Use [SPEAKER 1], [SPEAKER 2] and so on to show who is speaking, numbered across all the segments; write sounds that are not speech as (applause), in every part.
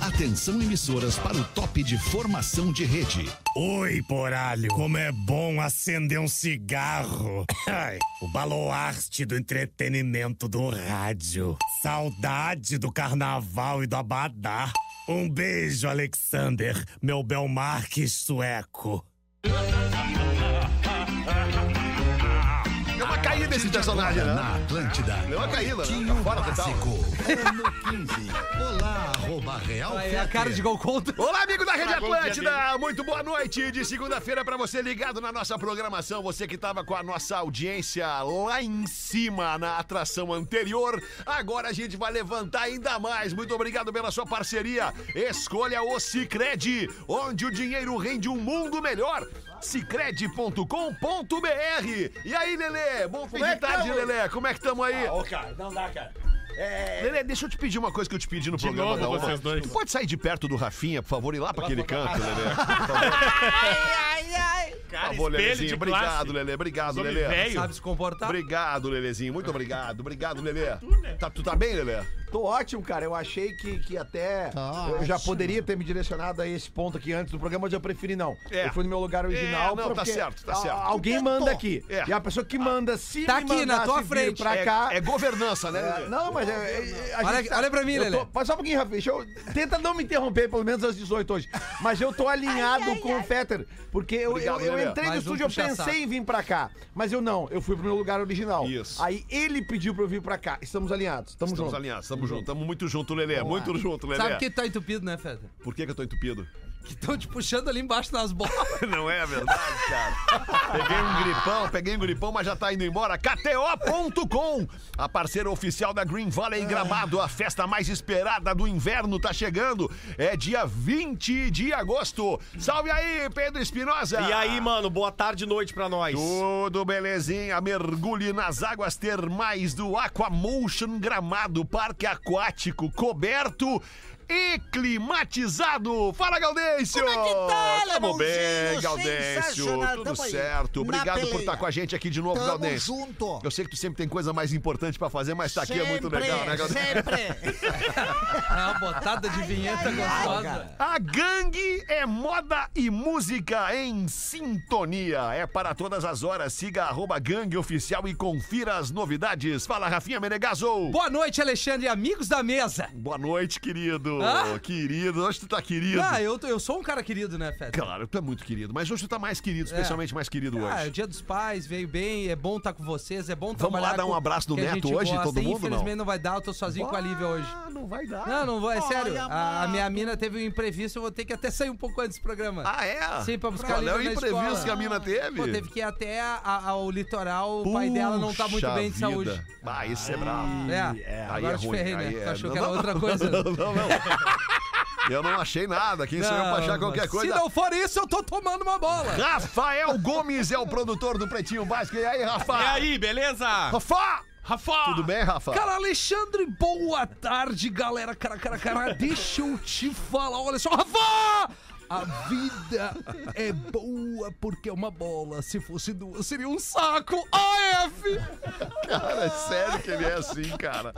[SPEAKER 1] Atenção emissoras para o top de formação de rede.
[SPEAKER 2] Oi, poralho. Como é bom acender um cigarro. (coughs) Ai, o baluarte do entretenimento do rádio. Saudade do carnaval e do abadá. Um beijo, Alexander, meu Belmarque sueco.
[SPEAKER 3] É uma caída esse personagem,
[SPEAKER 1] Na
[SPEAKER 3] né?
[SPEAKER 1] Atlântida.
[SPEAKER 3] Deu uma caída, né?
[SPEAKER 1] Tinho
[SPEAKER 3] Tá fora total.
[SPEAKER 1] básico. Ano 15. Olá, arroba Real
[SPEAKER 4] Aí, a
[SPEAKER 1] Fetter.
[SPEAKER 4] cara de gol contra.
[SPEAKER 3] Olá, amigo da Rede
[SPEAKER 2] Tá bom dia
[SPEAKER 3] Atlântida! Muito boa noite de segunda-feira pra você ligado na nossa programação. Você que tava com a nossa audiência lá em cima na atração anterior, agora a gente vai levantar ainda mais. Muito obrigado pela sua parceria. Escolha o Cicred, onde o dinheiro rende um mundo melhor. Cicred.com.br E aí, Lelê? Bom fim
[SPEAKER 5] Como é
[SPEAKER 3] de
[SPEAKER 5] que
[SPEAKER 3] tarde,
[SPEAKER 5] tamo? Ah,
[SPEAKER 3] Lelê. Como é que tamo aí?
[SPEAKER 5] Ô, cara, não dá, cara.
[SPEAKER 3] Lelê, deixa eu te pedir uma coisa que eu te pedi no programa
[SPEAKER 6] novo
[SPEAKER 3] da Uma.
[SPEAKER 6] vocês dois.
[SPEAKER 3] Tu pode sair de perto do Rafinha, por favor, e lá pra aquele canto,
[SPEAKER 6] (laughs)
[SPEAKER 3] Lelê. Por
[SPEAKER 6] Cara,
[SPEAKER 3] favor,
[SPEAKER 6] espelho
[SPEAKER 3] Lelezinho.
[SPEAKER 6] de
[SPEAKER 3] Obrigado,
[SPEAKER 6] classe.
[SPEAKER 3] Lelê. Obrigado,
[SPEAKER 6] Homem
[SPEAKER 3] Lelê.
[SPEAKER 6] velho.
[SPEAKER 4] Sabe se comportar?
[SPEAKER 3] Obrigado, Lelezinho. Muito obrigado. Obrigado, Lelê.
[SPEAKER 6] né?
[SPEAKER 3] Tá, tu tá bem, Lelê?
[SPEAKER 5] Tô ótimo, cara. Eu achei que, que até.
[SPEAKER 4] Tá
[SPEAKER 5] eu já poderia ter me direcionado a esse ponto aqui antes do programa, mas eu preferi não.
[SPEAKER 3] É.
[SPEAKER 5] Eu fui no meu lugar original.
[SPEAKER 3] É, não, tá
[SPEAKER 5] porque
[SPEAKER 3] certo, tá
[SPEAKER 5] a-
[SPEAKER 3] certo.
[SPEAKER 5] Alguém manda aqui.
[SPEAKER 3] É.
[SPEAKER 5] E a pessoa que manda, se
[SPEAKER 4] Tá
[SPEAKER 5] me
[SPEAKER 4] aqui, na
[SPEAKER 5] mandasse
[SPEAKER 4] tua
[SPEAKER 5] vir
[SPEAKER 4] frente.
[SPEAKER 7] Tá
[SPEAKER 5] pra
[SPEAKER 3] É,
[SPEAKER 5] cá.
[SPEAKER 3] é governança, né, Lelê?
[SPEAKER 5] Não, mas é. é- é- a
[SPEAKER 4] Olha-
[SPEAKER 5] gente tá-
[SPEAKER 4] olha pra mim,
[SPEAKER 5] eu tô-
[SPEAKER 4] Lelê.
[SPEAKER 5] Mas só um pouquinho, Rafinha. Deixa eu- Tenta não me interromper, pelo menos às 18 hoje. Mas eu tô alinhado com o Fetter, porque eu,
[SPEAKER 3] Obrigado,
[SPEAKER 5] eu, eu
[SPEAKER 3] Lelê.
[SPEAKER 5] entrei no
[SPEAKER 4] Mais um
[SPEAKER 5] estúdio, eu
[SPEAKER 4] puxa
[SPEAKER 5] pensei
[SPEAKER 4] saco.
[SPEAKER 5] em vir pra cá. Mas eu não, eu fui pro meu lugar original.
[SPEAKER 3] Isso.
[SPEAKER 5] Aí ele pediu pra eu vir pra cá. Estamos alinhados. Estamos,
[SPEAKER 3] Estamos
[SPEAKER 5] juntos.
[SPEAKER 3] alinhados, estamos juntos. Estamos muito junto, Lelê. Muito junto, Lelê.
[SPEAKER 4] Sabe que tá entupido, né, Feta?
[SPEAKER 3] Por que, que eu tô entupido?
[SPEAKER 4] Que estão te puxando ali embaixo nas bolas.
[SPEAKER 3] (laughs) Não é verdade, cara. Peguei um gripão, peguei um gripão, mas já tá indo embora. KTO.com, a parceira oficial da Green Valley em Gramado, a festa mais esperada do inverno tá chegando. É dia 20 de agosto. Salve aí, Pedro Espinosa.
[SPEAKER 6] E aí, mano, boa tarde e noite pra nós.
[SPEAKER 3] Tudo belezinha, mergulhe nas águas termais do Aquamotion Gramado, parque aquático coberto e climatizado. Fala, Gaudêncio!
[SPEAKER 8] Como é que tá,
[SPEAKER 3] Tamo
[SPEAKER 8] Alemãozinho?
[SPEAKER 3] bem, Gaudêncio,
[SPEAKER 8] Sensacional,
[SPEAKER 3] tudo
[SPEAKER 8] tamo aí,
[SPEAKER 3] certo.
[SPEAKER 8] na
[SPEAKER 3] Obrigado por
[SPEAKER 8] peleia.
[SPEAKER 3] estar com a gente aqui de novo,
[SPEAKER 8] Tamo
[SPEAKER 3] Gaudêncio.
[SPEAKER 8] junto.
[SPEAKER 3] Eu sei que tu sempre tem coisa mais importante pra fazer, mas tá aqui é muito
[SPEAKER 8] Sempre,
[SPEAKER 3] legal, né, Gaudêncio?
[SPEAKER 9] (laughs)
[SPEAKER 8] Sempre.
[SPEAKER 4] É (laughs) uma botada de vinheta gostosa.
[SPEAKER 3] A gangue é moda e música em sintonia. É para todas as horas. Siga arroba gangue oficial e confira as novidades. Fala, Rafinha Menegaso.
[SPEAKER 4] Boa noite, Alexandre, amigos da mesa.
[SPEAKER 3] Boa noite, querido.
[SPEAKER 4] Hã?
[SPEAKER 3] Querido, hoje tu tá querido.
[SPEAKER 4] Ah, eu, tô- eu sou um cara querido, né, Feta?
[SPEAKER 3] Claro, tu é muito querido, mas hoje tu tá mais querido, especialmente mais querido
[SPEAKER 4] Ah, é o
[SPEAKER 3] hoje.
[SPEAKER 4] dia dos pais, veio bem, é bom estar com vocês, é bom
[SPEAKER 3] Vamos lá
[SPEAKER 4] trabalhar
[SPEAKER 3] dar um
[SPEAKER 4] com
[SPEAKER 3] abraço no
[SPEAKER 4] quem a
[SPEAKER 3] Neto
[SPEAKER 4] gente
[SPEAKER 3] hoje, todo mundo, não?
[SPEAKER 4] Infelizmente não? vai dar, eu tô sozinho com a Lívia hoje.
[SPEAKER 3] Ah, não vai dar.
[SPEAKER 4] Não, não vou, é
[SPEAKER 8] Ai,
[SPEAKER 4] sério. A, a
[SPEAKER 8] amado.
[SPEAKER 4] minha mina teve um imprevisto, eu vou ter que até sair um pouco antes do programa.
[SPEAKER 3] Ah, é?
[SPEAKER 4] Sim, pra buscar a
[SPEAKER 3] Qual é
[SPEAKER 4] Lívia
[SPEAKER 3] o
[SPEAKER 4] na
[SPEAKER 3] imprevisto
[SPEAKER 4] escola.
[SPEAKER 3] que a mina teve?
[SPEAKER 4] Pô, teve que ir até a- a- ao litoral, o pai dela não tá muito
[SPEAKER 3] Puxa
[SPEAKER 4] bem de saúde.
[SPEAKER 3] vida. Ah, isso é bravo.
[SPEAKER 4] É,
[SPEAKER 3] Aí
[SPEAKER 4] agora
[SPEAKER 3] é
[SPEAKER 4] eu te
[SPEAKER 3] ruim,
[SPEAKER 4] ferrei, né?
[SPEAKER 3] aí
[SPEAKER 4] Tu
[SPEAKER 3] é-
[SPEAKER 4] achou que
[SPEAKER 3] não,
[SPEAKER 4] era
[SPEAKER 3] não,
[SPEAKER 4] outra coisa.
[SPEAKER 3] Não, não,
[SPEAKER 4] (laughs)
[SPEAKER 3] não. Eu não achei nada. Quem sou eu pra achar
[SPEAKER 4] Não,
[SPEAKER 3] qualquer
[SPEAKER 4] Ah, mas
[SPEAKER 3] coisa?
[SPEAKER 4] Se não for isso, eu tô tomando uma bola.
[SPEAKER 3] Rafael Gomes é o produtor do Pretinho Básico. E aí, Rafa?
[SPEAKER 4] É
[SPEAKER 6] E aí, beleza?
[SPEAKER 3] Rafa!
[SPEAKER 6] Rafa!
[SPEAKER 3] Tudo bem, Rafa?
[SPEAKER 4] Cara, Alexandre, boa tarde, galera. Cara, cara, cara, deixa eu te falar. Olha só, Rafa! A vida é boa porque é uma bola. Se fosse duas, seria um saco. AF!
[SPEAKER 3] Cara, é sério que ele é assim, cara.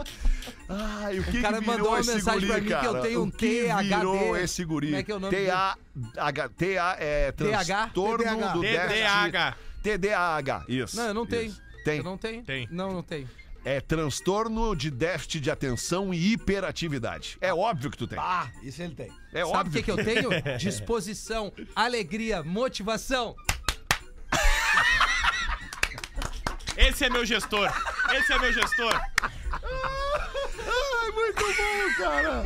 [SPEAKER 3] Ai, o que
[SPEAKER 4] O cara
[SPEAKER 3] que virou
[SPEAKER 4] mandou uma
[SPEAKER 3] esse
[SPEAKER 4] mensagem
[SPEAKER 3] guri,
[SPEAKER 4] pra mim que
[SPEAKER 3] cara?
[SPEAKER 4] eu tenho um
[SPEAKER 3] O que
[SPEAKER 4] THD.
[SPEAKER 3] virou esse guri?
[SPEAKER 4] Como é que é o nome
[SPEAKER 3] TA, H, TA é
[SPEAKER 4] TH?
[SPEAKER 3] transtorno do
[SPEAKER 6] TDAH.
[SPEAKER 3] déficit... TDAH, isso.
[SPEAKER 4] Não, eu não tenho.
[SPEAKER 3] isso. Tem.
[SPEAKER 4] Eu não tenho?
[SPEAKER 6] Tem.
[SPEAKER 4] Não, não tenho.
[SPEAKER 3] É transtorno de déficit de atenção e hiperatividade. É óbvio que tu tem.
[SPEAKER 5] Ah, isso ele tem.
[SPEAKER 3] É
[SPEAKER 4] Sabe o
[SPEAKER 3] óbvio. É.
[SPEAKER 4] que, que eu
[SPEAKER 3] (laughs)
[SPEAKER 4] tenho? Disposição, alegria, motivação.
[SPEAKER 6] Esse é meu gestor. Esse é meu gestor.
[SPEAKER 3] Ai, muito bom, cara.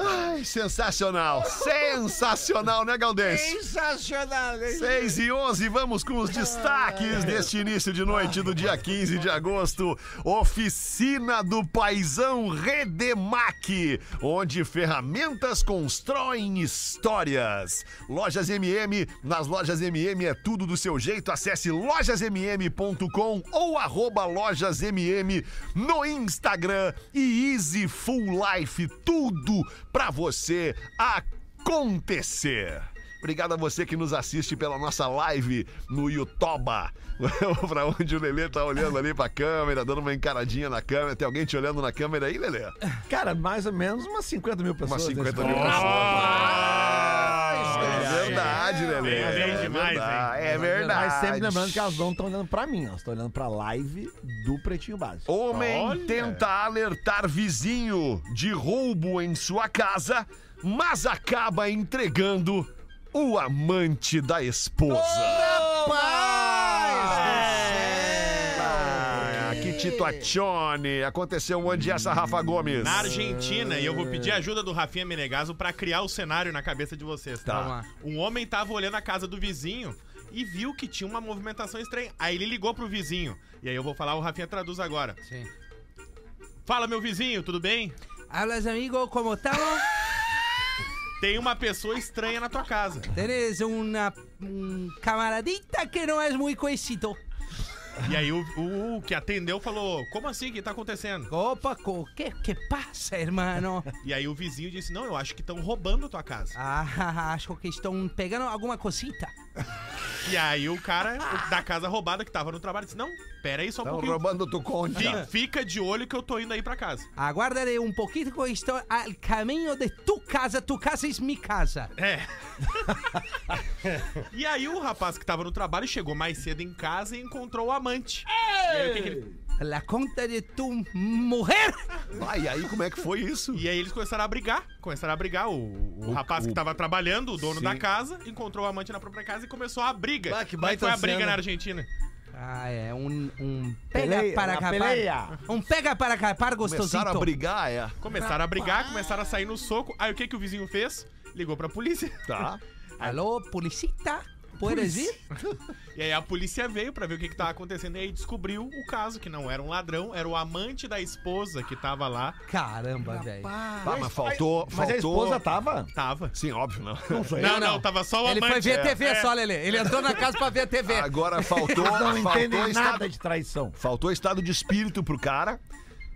[SPEAKER 3] Ai, sensacional. Sensacional, né, Galdês?
[SPEAKER 8] Sensacional, hein?
[SPEAKER 3] 6 e 11, vamos com os destaques deste início de noite do dia 15 de agosto. Oficina do Paisão Redemac, onde ferramentas constroem histórias. Lojas MM, nas lojas MM é tudo do seu jeito. Acesse lojasmm.com ou arroba lojasmm no Instagram e Easy Full Life, tudo pra você acontecer. Obrigado a você que nos assiste pela nossa live no Yutoba. (laughs) pra onde o Lelê tá olhando ali pra câmera, dando uma encaradinha na câmera. Tem alguém te olhando na câmera aí, Lelê?
[SPEAKER 7] Cara, mais ou menos umas 50 mil pessoas.
[SPEAKER 3] Umas 50
[SPEAKER 7] né?
[SPEAKER 3] mil pessoas. Ah, É verdade, Lelê.
[SPEAKER 6] É bem
[SPEAKER 3] É
[SPEAKER 6] demais,
[SPEAKER 3] verdade. É
[SPEAKER 7] Mas sempre
[SPEAKER 3] verdade.
[SPEAKER 7] lembrando que elas não estão olhando pra mim, elas estão olhando pra live do Pretinho Básico.
[SPEAKER 3] Homem
[SPEAKER 6] Olha.
[SPEAKER 3] tenta alertar vizinho de roubo em sua casa, mas acaba entregando o amante da esposa. Ah, que tituacione! Aconteceu onde essa, Rafa Gomes?
[SPEAKER 6] Na Argentina, e eu vou pedir a ajuda do Rafinha Menegaso pra criar o cenário na cabeça de vocês, tá?
[SPEAKER 4] Vamos
[SPEAKER 7] Ah.
[SPEAKER 4] lá.
[SPEAKER 6] Um homem tava olhando a casa do vizinho e viu que tinha uma movimentação estranha. Aí ele ligou pro vizinho. E aí eu vou falar, o Rafinha traduz agora.
[SPEAKER 4] Sim.
[SPEAKER 6] Fala, meu vizinho, tudo bem?
[SPEAKER 4] Hablas, amigo, como
[SPEAKER 7] (laughs)
[SPEAKER 4] estamos?
[SPEAKER 6] Tem uma pessoa estranha na tua casa.
[SPEAKER 4] Tienes una mm, camaradita que no es muy coisito.
[SPEAKER 6] E aí o, o que atendeu falou: Como assim? O que tá acontecendo?
[SPEAKER 4] Opa, co, ¿qué, qué pasa,
[SPEAKER 7] (laughs)
[SPEAKER 4] hermano?
[SPEAKER 6] E aí o vizinho disse: Não, eu acho que estão roubando tua casa.
[SPEAKER 4] Ah, (laughs) acho que estão pegando alguma cosita.
[SPEAKER 6] E aí o cara da casa roubada que tava no trabalho disse: Não, pera aí só um
[SPEAKER 3] Tão
[SPEAKER 6] pouquinho.
[SPEAKER 3] roubando tu
[SPEAKER 6] Fi-
[SPEAKER 3] conta.
[SPEAKER 6] Fica de olho que eu tô indo aí pra casa.
[SPEAKER 4] Aguárdale un poquito que estoy al camino de tu casa. Tu casa es mi casa.
[SPEAKER 6] É. (laughs) e aí o rapaz que tava no trabalho chegou mais cedo em casa e encontrou o amante. E aí, o que que ele-
[SPEAKER 4] La conta de tu mujer.
[SPEAKER 3] Vai, e aí como é que foi isso?
[SPEAKER 6] e aí eles começaram a brigar. Começaram a brigar. O, o rapaz que tava trabalhando, o dono da casa, encontrou o amante na própria casa e começou a briga.
[SPEAKER 9] Ah, que
[SPEAKER 6] Como é
[SPEAKER 9] baita
[SPEAKER 6] foi a briga
[SPEAKER 9] cena.
[SPEAKER 6] na Argentina?
[SPEAKER 4] Ah, é un, un pega
[SPEAKER 7] Pelea,
[SPEAKER 4] para
[SPEAKER 7] la
[SPEAKER 4] capar.
[SPEAKER 7] pelea.
[SPEAKER 4] Um pega para capar
[SPEAKER 3] Começaram a
[SPEAKER 7] Então,
[SPEAKER 4] gostosito.
[SPEAKER 3] brigar, é.
[SPEAKER 6] Começaram a brigar, começaram a sair no soco. Aí o que que o vizinho fez? Ligou pra polícia.
[SPEAKER 3] Tá.
[SPEAKER 4] Alô, policita? Puedes ir?
[SPEAKER 6] E aí a polícia veio pra ver o que que tava acontecendo e aí descobriu o caso, que não era um ladrão, era o amante da esposa que tava lá.
[SPEAKER 4] Caramba, velho.
[SPEAKER 3] Tá, mas faltou.
[SPEAKER 7] Mas a
[SPEAKER 3] faltou-
[SPEAKER 7] esposa tá. tava.
[SPEAKER 6] Tava.
[SPEAKER 3] Sim, óbvio, não. Não sei.
[SPEAKER 6] Não, não, tava só o
[SPEAKER 4] Ele
[SPEAKER 6] amante.
[SPEAKER 4] foi ver
[SPEAKER 6] é.
[SPEAKER 4] TV
[SPEAKER 6] É.
[SPEAKER 4] só, Lele. Ele entrou na casa pra ver a TV.
[SPEAKER 3] Agora faltou.
[SPEAKER 7] Não
[SPEAKER 3] faltou
[SPEAKER 7] entendem
[SPEAKER 3] estado-
[SPEAKER 7] nada de traição.
[SPEAKER 3] Faltou estado de espírito pro cara,